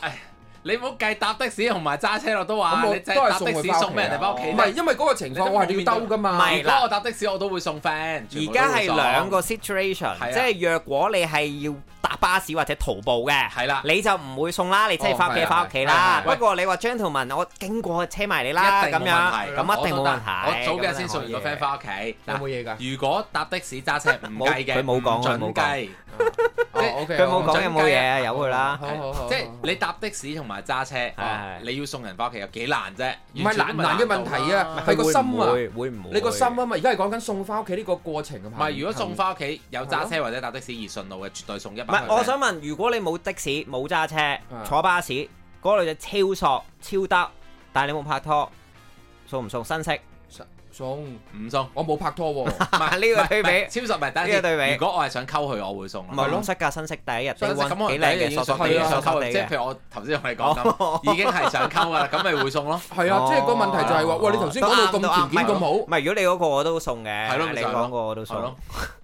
唉，你唔好計搭的士同埋揸車我都話，
咁
啊
我
你
都
淨
係
係搭
送
的
佢
啊
士送俾人哋
翻
翻屋
屋企
企啫。
嘅，唔係因為嗰個情況
你都
我係要兜㗎
唔
嘛，
係
如果我搭的士我都會送 friend，全
而
部都會
家係
送
兩個 situation，
係啊
即係若果你係要搭巴士或者徒步嘅，
係啦
你就唔會送啦，你真係翻屋企
哦係啊
翻屋企啦。
啊係係
不過你話 gentleman，我經過車埋你啦，
一
咁
定冇
樣
問題哦
咁一定冇問
我
題。
早幾日
咁
先
樣啊
送完個
可以
friend 翻屋企。
有冇嘢㗎？
如果搭的士揸車唔計嘅，
冇佢冇講啊
唔
佢冇
準
講
計。
哦，OK，
佢冇
好
講有冇嘢啊，有佢啦。
好好好
即係你搭的士同埋揸車，
係
啊
係
你要送人翻屋企有幾難啫？
唔係難唔難嘅問題啊，係個心啊。
會唔會會唔會？
你個心啊嘛，而家係講緊送翻屋企呢個過程啊
唔
嘛。
係如果送翻屋企有揸車或者搭的士而順路嘅，絕對送一
唔
百。
係，我想問，如果你冇的士、冇揸車、
啊
坐巴士，嗰個女仔超索超得，但係你冇拍拖，送唔送新式？
送，
唔送。
我冇拍拖喎，
啊，呢個
唔係
對比
超十咪等
呢個
先
對比
如果我係想溝佢，我會送啊
唔
咯。
係咯，識㗎，新式第一日低
所以
温
咁我
幾
第
靚
一日已
嘅，
經
索
想溝佢想
係
索地嘅，索索
溝
地
佢，即係
嘅。
譬如我頭先同你講咁，已經係想溝㗎啦，咁咪會送咯。
係啊，即係個問題就係話，哇！你頭先講到咁條件咁
唔
好，
係，如果你嗰個我都送嘅，
係咯咪
你
就係咯
講過我都
係
送
咯，，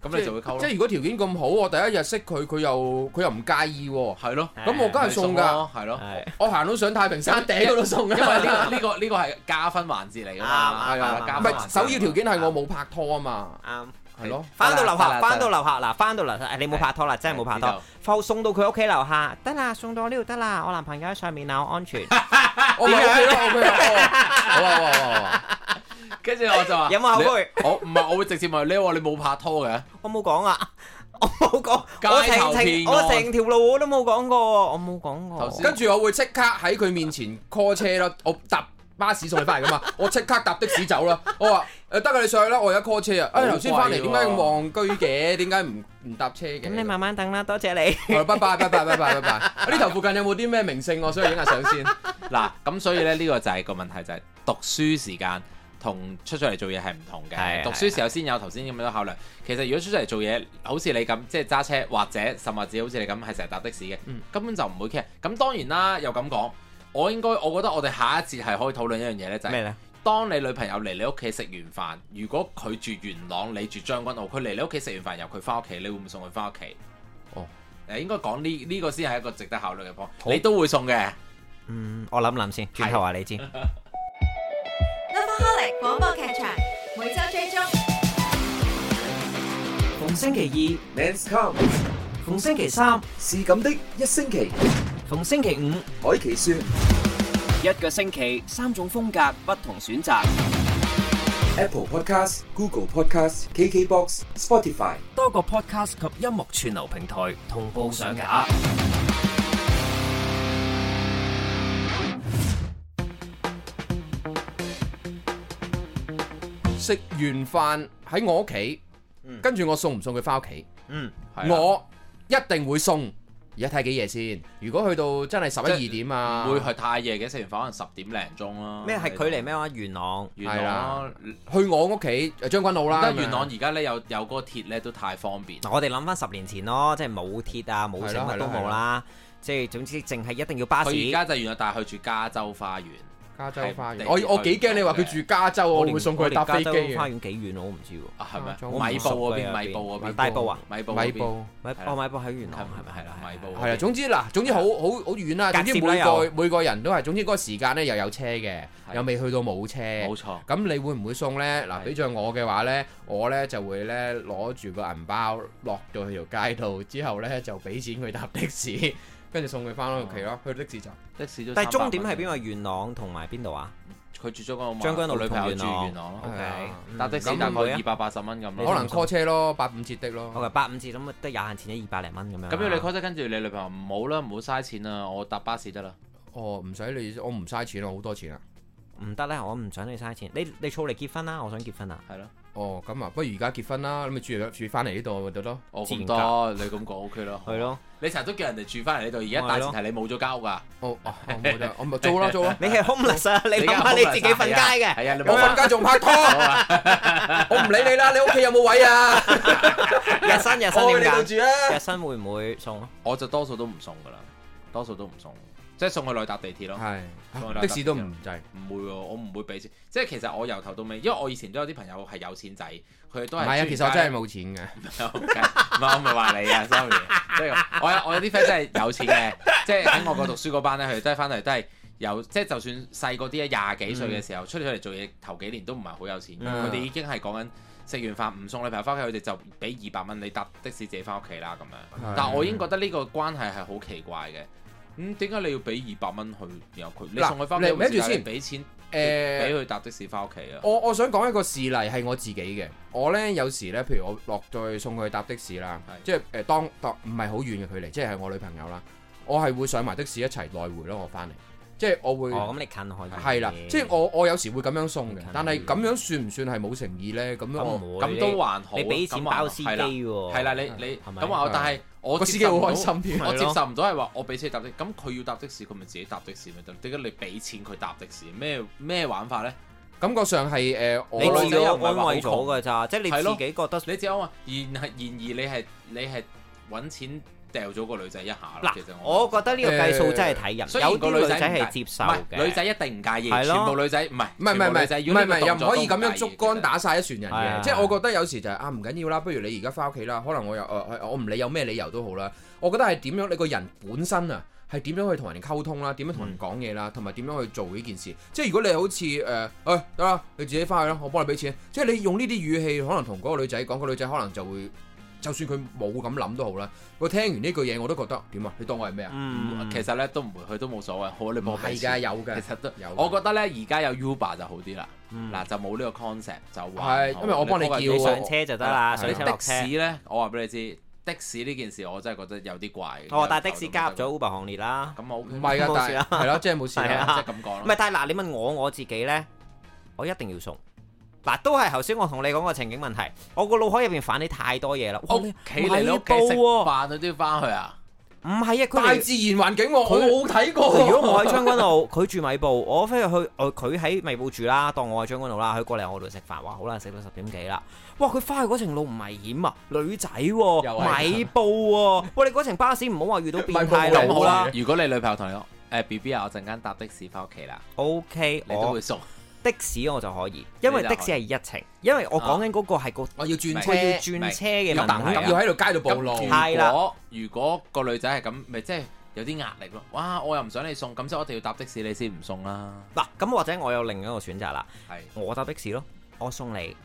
咁你就會溝
即
咯。
係如果條件咁好，我第一日識佢，佢又佢又唔介意喎，
係咯，
咁我梗係送㗎。
㗎，係咯。
係
我行到上太平山頂嗰度送
因為呢
㗎。
個呢個呢個係加分環節嚟㗎嘛，
啱
係
啱
啊，加
唔
分
係
環節
首要條件係我冇拍拖啊嘛，
啱。
係咯。
翻到
得
樓
啦
下，
得啦
翻到樓下嗱，翻到樓下，你冇拍拖啦，真係冇拍
係知
拖
道，
放送到佢屋企樓下，得啦，送到我呢度得啦，我男朋友喺上面啦，我安全。
啊我咪 OK 咯，OK 咯，好啊好啊好啊，
跟住我就話
有冇後
你
悔？
我唔係，我會直接問你你話你冇拍拖嘅，
我冇講啊，我冇講，
街
我
頭
成
騙
成
案
我成條路我都冇講過，我冇講過。
頭先
哦跟住我會即刻喺佢面前 call 車 咯，我搭巴士送佢翻嚟噶嘛，我即刻搭的士走啦。我 話誒得㗎，你上去啦，我而家 call 車啊。誒頭先翻嚟點解咁戇居嘅？點解唔唔搭車嘅？
咁你慢慢等啦，多謝你。
好啦，拜拜拜拜拜拜拜拜。啊呢頭附近有冇啲咩明星？我想去影下相 先。
嗱，咁所以咧呢個就係個問題，就係、讀書時間同出咗嚟做嘢係唔同
係
嘅。讀書時候先有頭先咁樣多考量。其實如果出咗嚟做嘢，好似你咁即係揸車或者甚至好似你咁係成日搭的士嘅，
嗯
根本就唔會 care。咁當然啦，又咁講，我應該我覺得我哋下一節係可以討論一樣嘢咧，就係、
咩咧？
當你女朋友嚟你屋企食完飯，如果佢住元朗，你住將軍澳，佢嚟你屋企食完飯，由佢翻屋企，你會唔會送佢翻屋企？
哦，
誒應該講呢呢個先係一個值得考慮嘅方，
好
你都會送嘅。
嗯，我諗諗先，轉頭話你知。
Lovaholic 廣播劇場每周追蹤
逢星期
Men's Come
二、逢星期三、
是咁的一星期，
逢星期五，
海奇說
一個星期三種風格，不同選擇。
Apple Podcast、Google Podcast、KKBox、Spotify。
多個 podcast 及音樂串流平台同步上架。
食完飯喺我屋企
嗯，
跟住我送唔送佢翻屋企？
嗯，
係啊
我一定會送。而家睇幾夜先？如果去到真係十一二點啊，
唔會係太夜嘅，食完飯可能十點零鐘啦。
咩係距離咩話？元朗。
元朗啦，啊
去我屋企誒將軍澳啦。
但
咁樣
元朗而家咧有有嗰個鐵咧都太方便。
嗱，我哋諗翻十年前咯，即係冇鐵啊，冇
係
成
咯
乜都冇啦，即係總之淨係一定要巴士。
佢而家就原來帶佢住加州花園，
加州花園，
係
我我幾驚你話佢住加州，我
連
會送佢搭飛機
我連加州花
嘅。
園幾遠我唔知喎。
啊係咪
加州？
米埔嗰邊，米埔嗰邊，
大埔啊，
米埔
米
嗰邊。
埔
米
係啦
哦米埔喺元朗
係
係咪係啦？係啦
米埔
係啊，總之嗱，總之好好好遠啦。
隔
總
接
之
啦
每個
又
每個人都係，總之嗰個時間咧又有車嘅，
係
又未去到冇車。
冇錯。
咁你會唔會送呢？嗱，
係
俾着我嘅話呢，我呢就會呢攞住個銀包落到去條街度，之後呢就俾錢佢搭的士， 跟住送佢翻屋企
哦
咯。去的士站，
的士都
但係
300
終點係
蚊
邊個？元朗同埋邊度啊？
佢住將軍澳嘛，
將軍澳
我女朋友
同
住
元朗
元朗咯
係。
OK，
嗯
搭的士
咁
大概
會唔會啊啊
二百八十蚊咁
可
咯。
能 call 車咯，八五折的咯。
我嘅八五折咁得有限錢一二百零蚊咁樣啦。
咁要你 call 啫，跟住你女朋友唔好啦，唔好嘥錢啦，我搭巴士得啦。
哦，唔使你，我唔嘥錢啊，我好多錢啊。
唔得咧，我唔想你嘥錢。你你儲嚟結婚啦，我想結婚啊。
係咯，
哦，咁啊，不如而家結婚啦，咁咪住住翻嚟呢度咪得咯。
我
自然
咁多，你咁講 OK 咯。
係，咯，
你成日都叫人哋住翻嚟呢度，而家大前提你冇咗間屋啊。
哦，哦我冇 得，我咪租啦租啦。
你係 homeless 啊，你諗下你自己瞓街嘅。
係啊，你
我
冇
瞓街仲拍拖，
啊
我唔理你啦，你屋企有冇位啊？我去你度
日新日 新點解？
住啊
日！新會唔會送啊？
我就多數都唔送噶啦，多數都唔送，即係送佢內搭地鐵咯。
啊
係的士都唔制，
唔會喎，我唔會俾錢。即係其實我由頭到尾，因為我以前都有啲朋友係有錢仔，佢
唔
都係。
係啊，其實我真係冇錢嘅。
冇。唔係我唔係話你啊，sorry。即 係我有我有啲 friend 真係有錢嘅，即係喺外國讀書嗰班咧，佢真係翻嚟都係有，即係就算細個啲啊，廿幾歲嘅時候出咗嚟做嘢，頭幾年都唔係好有錢。
嗯
佢哋已經係講緊食完飯唔送女朋友翻屋企，佢哋就俾二百蚊你搭的士自己翻屋企啦咁樣。但我已經覺得呢個關係係好奇怪嘅。咁點解你要俾二百蚊佢，然後佢你
嗱
送佢翻
你
屋
咪住
企，
先
先俾錢俾
誒，
佢搭的士翻屋企啊？
我我想講一個事例係我自己嘅。我呢有時呢，譬如我落咗去送佢去搭的士啦，
係
即係誒當當唔係好遠嘅距離，即係係我女朋友啦，我係會上埋的士一齊來回咯，我翻嚟，即係我會。
哦，咁你近可以。
係啦，即係我我有時會咁樣送嘅
近，
但係咁樣算唔算係冇誠意呢？咁樣
咁
我
唔會。
咁都還好啊，
你俾錢
咁還
包司機
係啦
喎。
係啦，你你
係咪
咁話，
係
但係我
個司機好開心添
接受唔到我
係咯
接受唔到係話我俾車搭的，咁佢要搭的士，佢咪自己搭的士咪得？點解你俾錢佢搭的士？咩咩玩法咧？
感覺上係誒，我
你自
女仔
己
又
安
唔係話好
慰咗
窮
㗎咋，即係你
係
自
咯
己覺得
你只可話，然係然而你係你係揾錢掉咗個女仔一下啦。其實
嗱，我覺得呢個計數真係睇人，
雖然
有
個
啲
女
女
仔
仔係
唔介
接
唔
受嘅，
係女仔一定唔介意，
係咯
全部女仔唔係
唔係唔係
全
唔
部女仔，
係
如
唔
果你
係唔
個
係，又
動
唔
作
可以
都
咁樣
介意
竹竿打晒一船人
係啊
嘅，即係我覺得有時就係啊唔緊要啦，不如你而家翻屋企啦，可能我又誒誒我唔理有咩理由都好啦，我覺得係點樣你個人本身啊係點樣去同人溝通啦，點
嗯
樣同人講嘢啦，同埋點樣去做呢件事，即係如果你好似呃誒誒得啦，你自己翻去啦，我幫你俾錢，即係你用呢啲語氣可能同嗰個女仔講，個女仔可能就會。就算佢冇咁諗都好啦，我聽完呢句嘢我都覺得點啊？你當我係咩啊？
嗯，
其實咧都唔會，佢都嗯冇所謂。好，你幫
唔
我俾
係 㗎，
錢
有嘅，
其實都
有嘅
我覺得咧，而家有 Uber 就好啲啦。
嗯
嗱，就冇呢個 concept 就話
係因為我幫你叫
你
喎
上車就得啦，
係
上
水
車
啊的
落車
士。咧，我話俾你知，的士呢件事我真係覺得有啲怪嘅。
哦，但係的士加入咗 Uber 行列啦。
咁我 OK
唔係啊，
冇事
但係
啊
係咯，即係冇事
係
啦
啊。
即係咁講
唔
咯。
係，但係嗱，你問我我自己呢，我一定要送。嗱，都係頭先我同你講個情景問題，我個腦海入邊反你太多嘢啦。哇
屋
你
企嚟你屋
買
企食
布喎
飯你都要翻去啊？
唔係啊，佢
大
嚟
自然環境喎，我冇睇過。
如果我喺將軍澳， 佢住米埔，我飛去去，我佢喺米埔住啦，當我喺將軍澳啦，佢過嚟我度食飯，哇，好啦，食到十點幾啦，哇，佢翻去嗰程路唔危險啊，女仔
又
喎、
係
米埔 喎、喂，你嗰程巴士唔好話遇到變態
米埔
佬
咁好啦
啦。，
如果你女朋友同你講誒 B B 啊，我陣間搭的士翻屋企啦，
O K，
你都
我
會送。
的士我就可以，因為
你就
的
可以啊
士係一程，因為我講緊嗰個係個
我要轉
明
車，
佢要轉車嘅
要等，
問題
係啊
啊
要喺度街度暴露。
係啦
咁如果如果個女仔係咁，咪即係有啲壓力咯。哇！我又唔想你送，咁即係我一定要搭的士你先唔送啦。
嗱，咁或者我有另一個選擇啦，
係
我搭的士咯，我送你，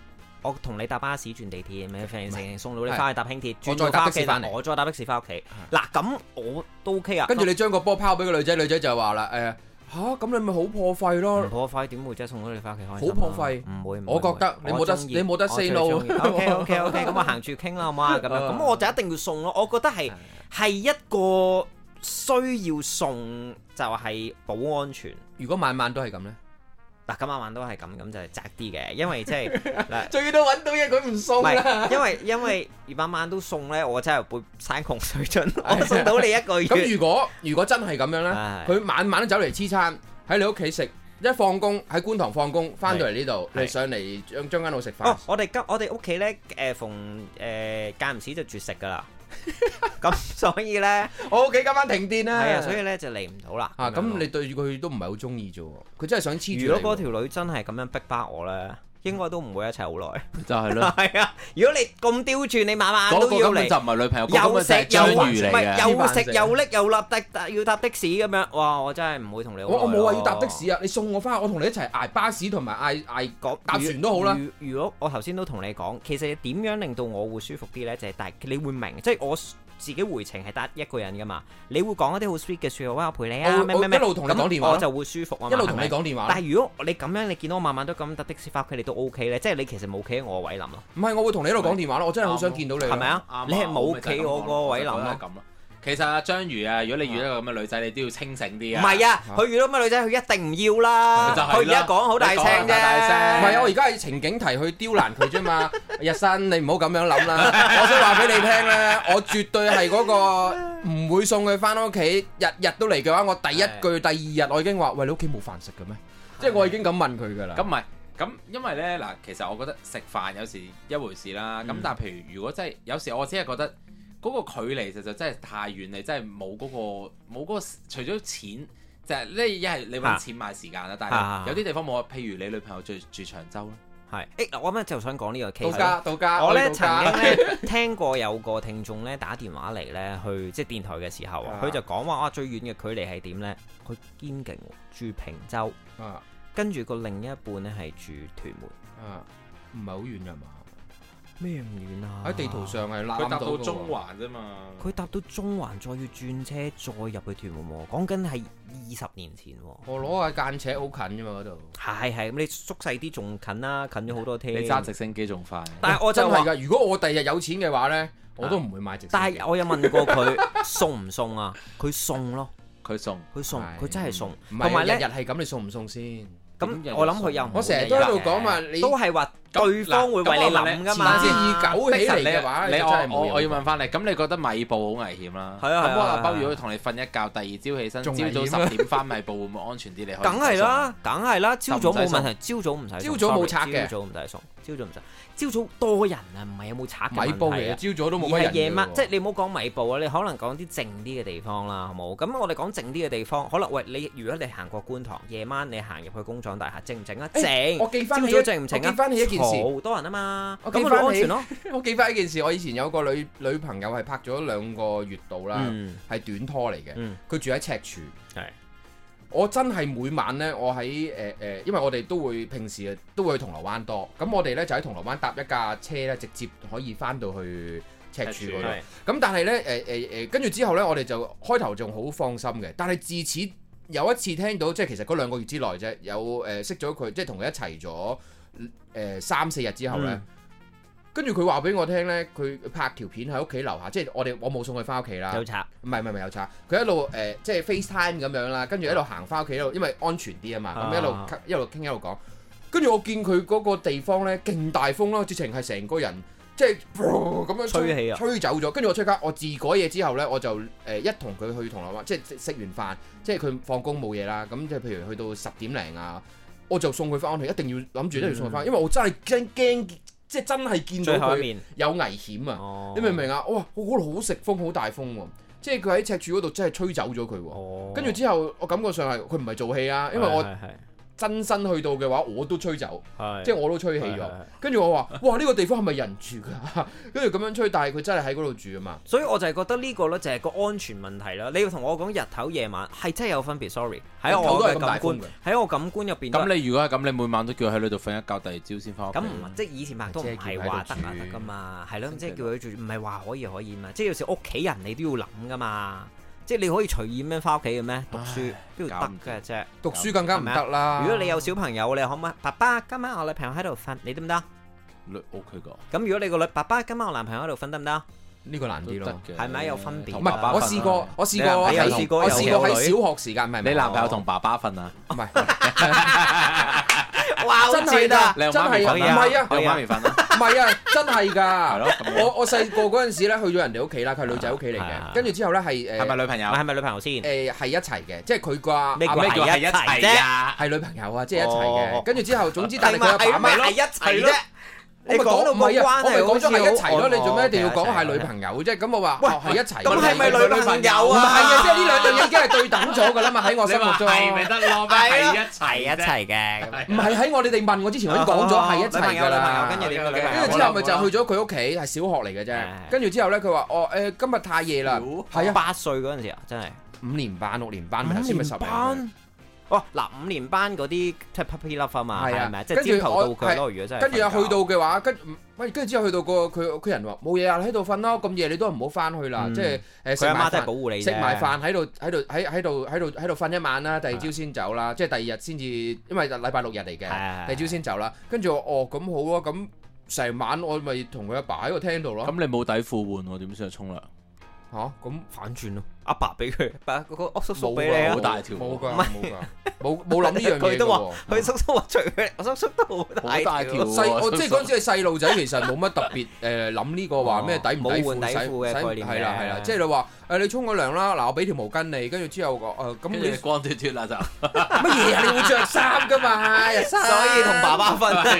我同你搭巴士轉地鐵，咪成成送到你翻去搭輕鐵，
我
轉
再
到
搭的
翻屋
士
企，
返嚟
但我再搭的士翻屋企。嗱，咁我都 OK 啊。
跟住你將個波拋俾個女仔，女仔就話啦：誒嚇，咁你咪好破費咯
唔。破費點會真係送到你翻屋企開心啊
好破費
唔會。唔會
我覺得你冇得你冇得 say no
OK OK OK，咁我啊行住傾啦，好嘛？咁樣
啊
咁我就一定要送咯。我覺得係係一個需要送，就係保安全。
如果晚晚都係咁咧，
嗱，咁晚晚都係咁，咁就係窄啲嘅，因為即係嗱。
最多揾到嘢佢唔
唔
送
係，因為因為晚晚都送咧，我真係會山窮水盡。我送到你一個
咁
月，
如果如果真啊係咁樣咧，
唉
佢晚晚都走嚟黐餐喺你屋企食，一放工喺觀塘放工，翻到嚟呢度，
係
你上嚟將將軍澳食飯
哦，，我哋今我哋屋企咧，誒逢誒間唔時就絕食噶啦。咁所以咧，
我屋企今晚停電啦。
係啊，所以咧就嚟唔到啦。
啊，
樣咯
咁你對佢都唔係好中意啫喎，佢真係想黐住
如
你喎
果嗰。條女真係咁樣逼巴我咧，應該都唔會一齊好耐。
就係咯，
係啊，如果你咁刁鑽，你晚晚
嗰個
都要
根本
嚟
就。唔係女朋友，嗰個
又
根本
食
就係
又
章
唔
魚嚟
係
嘅。
又食又拎又立的要搭的士咁樣，哇！我真係唔會同你好
我我
耐
冇話
咯
要搭的士啊，你送我翻，我同你一齊捱巴士同埋嗌嗌
講
搭船都好啦。
如如如果我頭先都同你講，其實點樣令到我會舒服啲呢？就係、但係你會明，即係我自己回程係得一個人噶嘛，你會講一啲好 sweet 嘅説話，哇！我陪你啊，
我
咩咩
我
咩，
一路同你
咁
講電話咯
我就會舒服啊嘛，
一路同你
係咪。
講電話
但
啦，
係如果你咁樣，你見到我晚晚都咁搭的士翻屋企，你都 O K 咧，即係你其實冇企喺我位諗咯，
唔係我會同你一路講電話咯，我真係好想見到你咯。
係咪
啱啊
啊？你係冇企我個位諗
我咪
咯
就係咁。講咯其實啊，章魚啊，如果你遇到一個咁嘅女仔，你都要清醒啲
唔
啊。
係啊，佢遇到咩女仔，佢一定唔要啦。
咪就係啦
佢而家講好大聲啫，
你講好大
唔
聲
係啊！我而家係情景題去刁難佢啫嘛。日新，你唔好咁樣諗啦。我想話俾你聽咧，我絕對係嗰個 唔會送佢翻屋企，日日都嚟嘅話，我第一句、第二日我已經話：喂，你屋企冇飯食嘅咩？即係我已經咁問佢㗎啦。
咁唔係，咁因為咧嗱，其實我覺得食飯有時一回事啦。
嗯
咁、但係譬如如果真係有時我只係覺得嗰個距離其實真係太遠，你真係冇嗰個冇嗰、個除咗錢。就係呢，一係你揾錢買時間啦，但
啊
係有啲地方冇啊，譬如你女朋友住住長洲啦，
係，誒，嗱我啱啱就想講呢個 case
到
咯。
家到家，
我
要
咧
啊到
曾
家
經咧 聽過有個聽眾咧打電話嚟咧去即係電台嘅時候啊
啊，
佢就講話啊最遠嘅距離係點咧？佢堅勁喎住平洲，
啊
跟住個另一半咧係住屯門，
啊，唔係好遠㗎嘛？
咩唔遠啊？
喺地圖，上係攬
佢搭
到
到
㗎喎
中環啫嘛，
佢搭到中環再要轉車再入去屯門喎，講緊係二十年前喎。
我攞架間尺好近啫嘛，嗰度。
係係咁，你縮細啲仲近啦，近咗好多添。
你揸直升機仲快，
但係我
真
就
係
話，
㗎！如果我第日有錢嘅話咧，我都唔會買直升機。
但係我有問過佢 送唔送啊？佢送咯，
佢送
佢送，
係
佢真係送，
唔
同
係
埋
日
咧
日。係咁，你送唔送先？
點日
咁
日
我諗佢又唔
送
我成日
dạ.
都喺度講話你
都係話對方會為你
但
諗噶
但
係
係
嘛。
二九起嚟嘅話，
你
就
我
真係冇
我
用
我要問翻你，咁你覺得米埔好危險啦？
係啊係啊
咁我阿
係啊
包如果同你瞓一覺，第二朝
仲
起
危
身，
險
朝
啊
早十點翻米埔會唔會安全啲？你可以
梗係啦，梗係啦，朝早冇問題，朝早唔使送。
朝早冇拆
sorry，
嘅
朝早唔使送，朝早唔使。朝早多人啊，唔係有冇拆嘅問題啊
米煲嚟嘅，朝早都冇乜
而
人
係夜晚，
嘅喎
即係你唔好講米埔啊，你可能講啲靜啲嘅地方啦，好冇？咁我哋講靜啲嘅地方，可能喂你，如果你行過觀塘，夜晚你行入去工廠大廈，靜唔靜啊？
誒
靜。
我記翻起一
朝早靜唔靜
我
啊？
記翻起一件事
嘈好多人啊嘛，
我
咁
記
咪
翻
安
起
全咯。
我記翻一件事，我以前有個女女朋友係拍咗兩個月度啦，
嗯
係短拖嚟嘅，
嗯
佢住喺赤柱。
係
我真係每晚呢，我喺誒誒，因為我哋都會平時啊都會去銅鑼灣多，咁我哋呢就喺銅鑼灣搭一架車呢，直接可以翻到去赤柱嗰度。
係
咁但係咧，誒誒誒，呃跟住之後咧，我哋就開頭仲好放心嘅，但係自此有一次聽到，即係其實嗰兩個月之內啫，呃
嗯
有誒、識咗佢，即係同佢一齊咗誒三四日之後咧，跟住佢話俾我聽呢，佢拍條片喺屋企樓下，即係我哋我冇送佢翻屋企啦，
有賊，
唔係唔係唔係有賊，佢一路誒、呃即係 FaceTime 咁樣啦，跟住一路行翻屋企，一路因為安全啲啊嘛，咁、
啊
一路咳一路傾一路講，跟住我見佢嗰個地方呢，勁大風啦，直情係成個人即係咁樣
吹氣啊
吹走咗。跟住我出街，我自嗰嘢之後呢，我就誒、呃一同佢去銅鑼灣，即係食食完飯，即係佢放工冇嘢啦，咁即係譬如去到十點零啊，我就送佢翻屋企，一定要諗住一定要送佢翻，因為我真係驚驚，即係真係見到
嗯最後一
佢
面，
有危險啊！
哦，
你明唔？明啊？哇！我嗰度好食風，好大風喎、即係佢喺赤柱嗰度真係吹走咗佢喎。
哦，
跟住之後，我感覺上係佢唔係做戲啊，因為我
係係
真身去到嘅話，我都吹走，
係
即係我都吹氣
係
咗
係係。
跟住我話：哇！呢、個地方係咪人住㗎？ 跟住咁樣吹，但係佢真係喺嗰度住啊嘛。
所以我就係覺得呢個咧就係個安全問題啦。你要同我講日頭夜晚係真係有分別，sorry。喺
日頭
我
都係
嘅
咁大
感官
風嘅，
喺我感官入邊都係，
咁你如果係咁，你每晚都叫佢喺呢度瞓一覺，第二朝先翻屋企。
咁唔即係以前拍拖唔係話得啊得噶嘛，
嗯
係咯，即係叫佢住，唔係話可以可以嘛，即係有時屋企人你都要諗噶嘛，即係你可以隨意咁樣翻屋企嘅咩？讀書邊度得嘅啫？
讀書更加唔得啦。
啊
如果你有小朋友，你可唔可以爸爸今晚我女朋友喺度瞓，你得唔得？
你 OK 個，
咁如果你個女爸爸今晚我男朋友喺度瞓 得唔得？
呢個難啲
都得
咯。
嘅
係咪有分別
唔
同爸
係，
爸
我
瞓啊
試過，我試過
你男朋友
喺
試
過
我
有
試過喺
女
小學時間，唔係唔係
你男朋友同爸爸瞓啊？
唔係。
哇，好
真係
正啊！
你同
㗎，真
媽咪
係啊，
瞓啊？
唔係啊，
你同媽咪瞓啊？
唔係啊，真係
係
㗎
咯。咁樣，
我我細個嗰陣時咧，去咗人哋屋企啦，佢係女仔屋企嚟
係啊
嘅。跟住之後咧係
係咪
誒
女朋友？
係咪女朋友先？
誒係一齊嘅，即係佢個阿
咩
阿
鬼
咩
媽
叫係一齊
係一齊
啫？
係女朋友啊，即係一齊
哦
嘅。跟住之後，總之但係
係咪
佢
係
阿爸
咪
媽
係一齊啫？
我
你
咪
講到
講唔
個
係啊，
關
我咪
係好
講
似
咗
好
係一齊咯，你做咩一定要
曖昧
講係女朋友啫？咁我話
喂
哦係一齊。
咁係咪女朋友
唔
啊？
係啊，即係呢兩樣嘢已經係對等咗㗎啦嘛，喺我心目中。
得咯？
係
一齊
一齊嘅。
唔係喺我哋哋問我之前，我已經講咗係一齊㗎啦。
女朋友女朋友跟住點啊女朋友
跟住之後咪就去咗佢屋企，係小學嚟嘅啫
係。
跟住之後咧，佢話：哦，誒，今日太夜啦，係啊，
八歲嗰陣時啊，真係
五年班、六年班咪頭先咪十零嘅。
哦嗱，五年班嗰啲即係 puppy love 啊嘛，
係啊
係咪啊？即係朝頭到佢咯，如果真係
跟住又去到
瞓
嘅話，跟喂，跟住之後去到個佢屋企人話冇嘢啊，你喺度瞓咯，咁夜你都唔好翻去啦，
嗯
即係誒
覺
食
佢阿
埋
媽真係保
飯，
護你啫
食埋飯喺度喺度喺喺度喺度喺度瞓一晚啦，第二朝先走啦，即係第二日先至，因為禮拜六日嚟嘅，第
係係係
二朝先走啦。跟住我哦咁好咯，咁成晚我咪同佢阿爸喺個廳度咯
咁，你冇底褲換喎，點算去沖涼？
嚇咁
反轉咯，阿爸俾佢，爸嗰個叔叔俾
㗎
你啊
好。大條
冇㗎
唔
冇㗎，冇冇諗呢樣嘢
佢
㗎
都話
喎。
佢叔叔話除佢，我叔叔都好
好大條
條。
喎
細我即係嗰陣
時
時係細路仔，其實冇乜特別 誒諗呢個話咩底唔底
冇換底褲嘅概
褲洗洗
念嘅
係啦係啦，即係你話誒你沖個涼啦，嗱我俾條毛巾你，跟住之後我誒咁
跟
你
住光脱脱啦就。
乜嘢啊？你會着衫噶嘛？日衫
所以同爸爸瞓，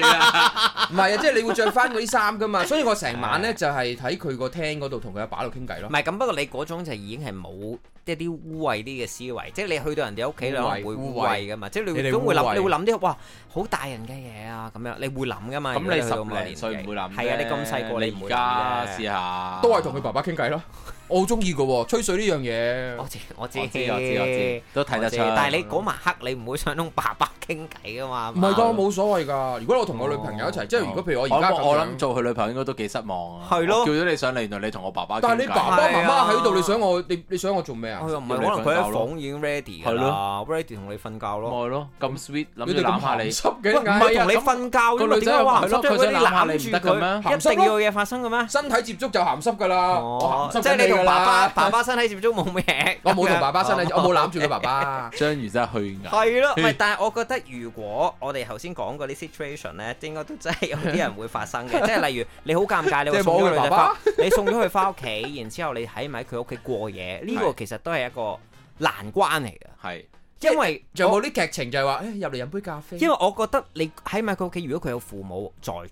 唔係啊，即係你會着翻嗰啲衫 噶嘛？所以我成晚咧就係喺佢個廳嗰度同佢阿爸喺度傾偈咯。
唔係咁。不過你嗰種就已經係冇一啲污穢啲嘅思維，即係你去到人哋屋企，你可能會
污穢
污穢噶嘛，即係你
你
會
哋
咁會
污
諗，
穢
你會諗啲哇好大人嘅嘢啊咁樣，你會諗噶 嘛？
咁
如果
你
去到某個
十零歲
年紀
唔會諗啫，
係啊，你咁細個
你
唔
而
會諗
家
啫
試下。
都係同佢爸爸傾 偈咯。我好中意噶喎，吹水呢樣
我
嘢。
知我知
我知我知我知，都睇得出。
但係你嗰晚黑你唔會想同爸爸傾偈噶嘛？
唔係㗎，冇所謂㗎。如果我同我女朋友一齊，即係如果譬如我而家
我我
咁
諗
樣，
做佢女朋友應該都幾失望啊。
係咯
我叫咗你上嚟，原來你同我爸爸傾偈。
但係你爸爸媽
係啊
媽喺度，你想我你你想我做咩啊
哎？呀，唔係
叫你
可能佢
瞓覺
喺
咯
房已經 ready 㗎
係
啦，ready 同你瞓覺咯。
咪咯，咁 sweet 諗
你
住
哋
攬
咁
下你
鹹。濕嘅，
喂，唔係同你
咁
瞓覺啫嘛？
個女
點
仔
解話
係咯
嗰啲
佢想攬下你唔
攬
得
住
嘅咩
佢，
鹹
一
濕
定要
咯
有嘢發生嘅咩？
身體接觸就鹹濕㗎啦，
哦
啊我，
即
鹹濕
係
緊
你同
㗎
爸爸
啦。
爸爸身體接觸冇嘢。
我冇同爸爸身
咁
體，
樣哦
我冇攬住佢爸爸。
章魚真係虛偽。
係咯，唔係
嗯
但係我覺得如果我哋頭先講嗰啲 situation 咧，應該都真係有啲人會 發生嘅，即係例如你好尷尬，你
即
會
係冇
送
佢
咗女仔
爸爸
翻，你送咗佢翻屋企，然之後你喺唔喺佢屋企過夜？呢個
係
其實都係一個難關嚟嘅，
係
因為
仲有冇啲劇情就係話，誒入嚟飲杯咖啡？
因為我覺得你喺唔喺佢屋企，如果佢有父母在在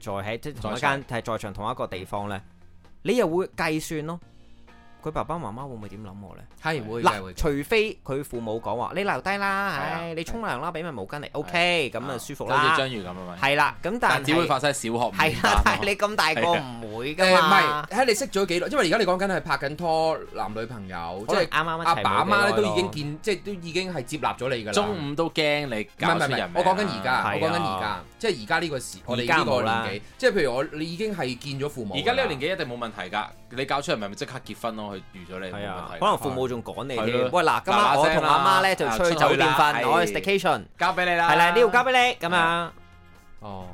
在喺即係同一間係在場同一個地方咧，你又會計算咯，佢爸爸媽媽會唔會點諗我咧？
係會嘅
嗱
會，嘅。
除非佢父母講話你留低啦，
係啊
唉，你沖涼啦，俾埋毛巾你，OK，咁啊舒服
好似
啦
章，魚咁係咪？
係啦，咁但
但只會
係
發生喺小學五年
係啦，但係
班
你咁大個
係
唔會
誒
噶
唔
嘛
係，，睇你識咗幾耐？因為而家你講緊係拍緊拖，男女朋友，
即
即
係
係
啱啱一
阿
齊
爸阿媽咧都已
冇幾耐
經
咯
見，即係都已經係接納咗你㗎啦。
中午都驚你
唔係
搞出
唔係唔係
人，
我講緊而
係
家
啊，
我講緊而家，即係而家呢個時，我
而
哋
家
呢個
冇啦
年紀，即係譬如我你已經係見咗父母㗎
而
啦。
家呢個年紀一定冇問題㗎。你搞出人咪咪即刻結婚咯？佢預咗你冇
係啊
問題，
可。能父母仲趕你添。
係咯
喂嗱，今晚
嗱嗱
我
聲
同
啦
阿媽咧就
啊
出去
出去
酒店
啦
瞓，我去
係
staycation，
交俾你啦。
係啦，呢度交俾你咁樣。
哦，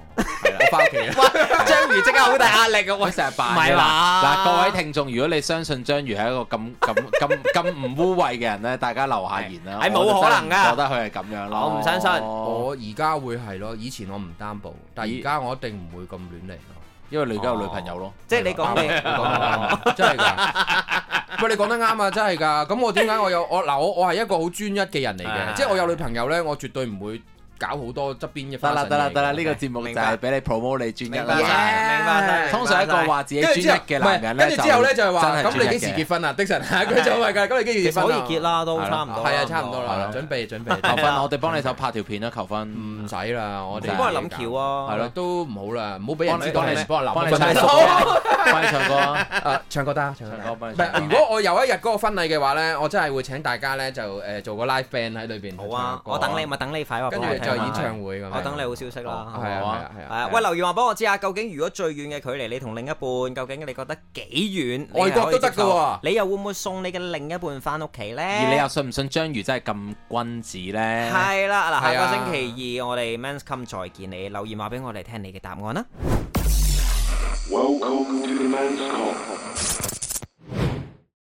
係啦
翻屋企啊！
章魚即刻好大壓力嘅
我
喂，
成日扮
唔係
㗎
嘛
嗱，各位聽眾，如果你相信章魚係一個咁咁咁咁唔污衊嘅人咧，大家留下言啦。
係冇
我就真係
可能㗎
覺得佢係咁樣咯。哦
我唔相信
我而家會係咯，以前我唔擔保，但係而家我一定唔會咁亂嚟咯。
因為你而家有女朋友咯。
即係你講
啱啊講得啱
嘅，
啊真係㗎。喂，你講得啱啊，真係㗎。咁我點解我有我嗱我我係一個好專一嘅人嚟
啊
嘅，即係我有女朋友咧，我絕對唔會搞好多側邊嘅
得
花
啦
神
得啦
嘢
得啦，
嘅
呢個節目就
明
係
白
俾你 promote 你專一
明
啦
白晒，明白晒。
通常一個話自己專一嘅男人咧，
跟住之後咧就係
真
話，
係
咁
專
你
一
幾時
嘅
結婚啊？的神下一句就係㗎，咁你幾時
其
結婚
實可
啊
以結，啦，都差唔多啦。
係啊，差唔多啦，準備準備
求婚，我哋幫你手拍條片啦，求婚。
唔使啦，我
唔
哋
使
幫你諗橋啊，
係咯
係咯，都唔好啦，唔好 俾
幫
人
你
知
幫
道
你
你幫
幫
男
你唱
分
歌，幫你唱歌啊，
誒唱歌得啊，唱
唱
歌
歌幫
得。唔
你唱歌。
係，如果我有一日嗰個婚禮嘅話咧，我真係會請大家咧就誒做個 live band 喺裏邊。
好啊，我等你咪等你快話俾
跟
我
住
聽
就
啊
演唱會咁樣。
我等你好消息啦。
係啊係啊係
係
啊
啊，喂，留言話俾我知啊，究竟如果最遠嘅距離，你同另一半究竟你覺得幾遠？
外國都得㗎喎
你又會唔會送你嘅另一半翻屋企咧？
而你又信唔信章魚真係咁君子咧？
係啦，嗱，
係
下
啊
個星期二我哋 Men's Come 再見你，留言話俾我哋聽你嘅答案啦。啊
Welcome to the man's call.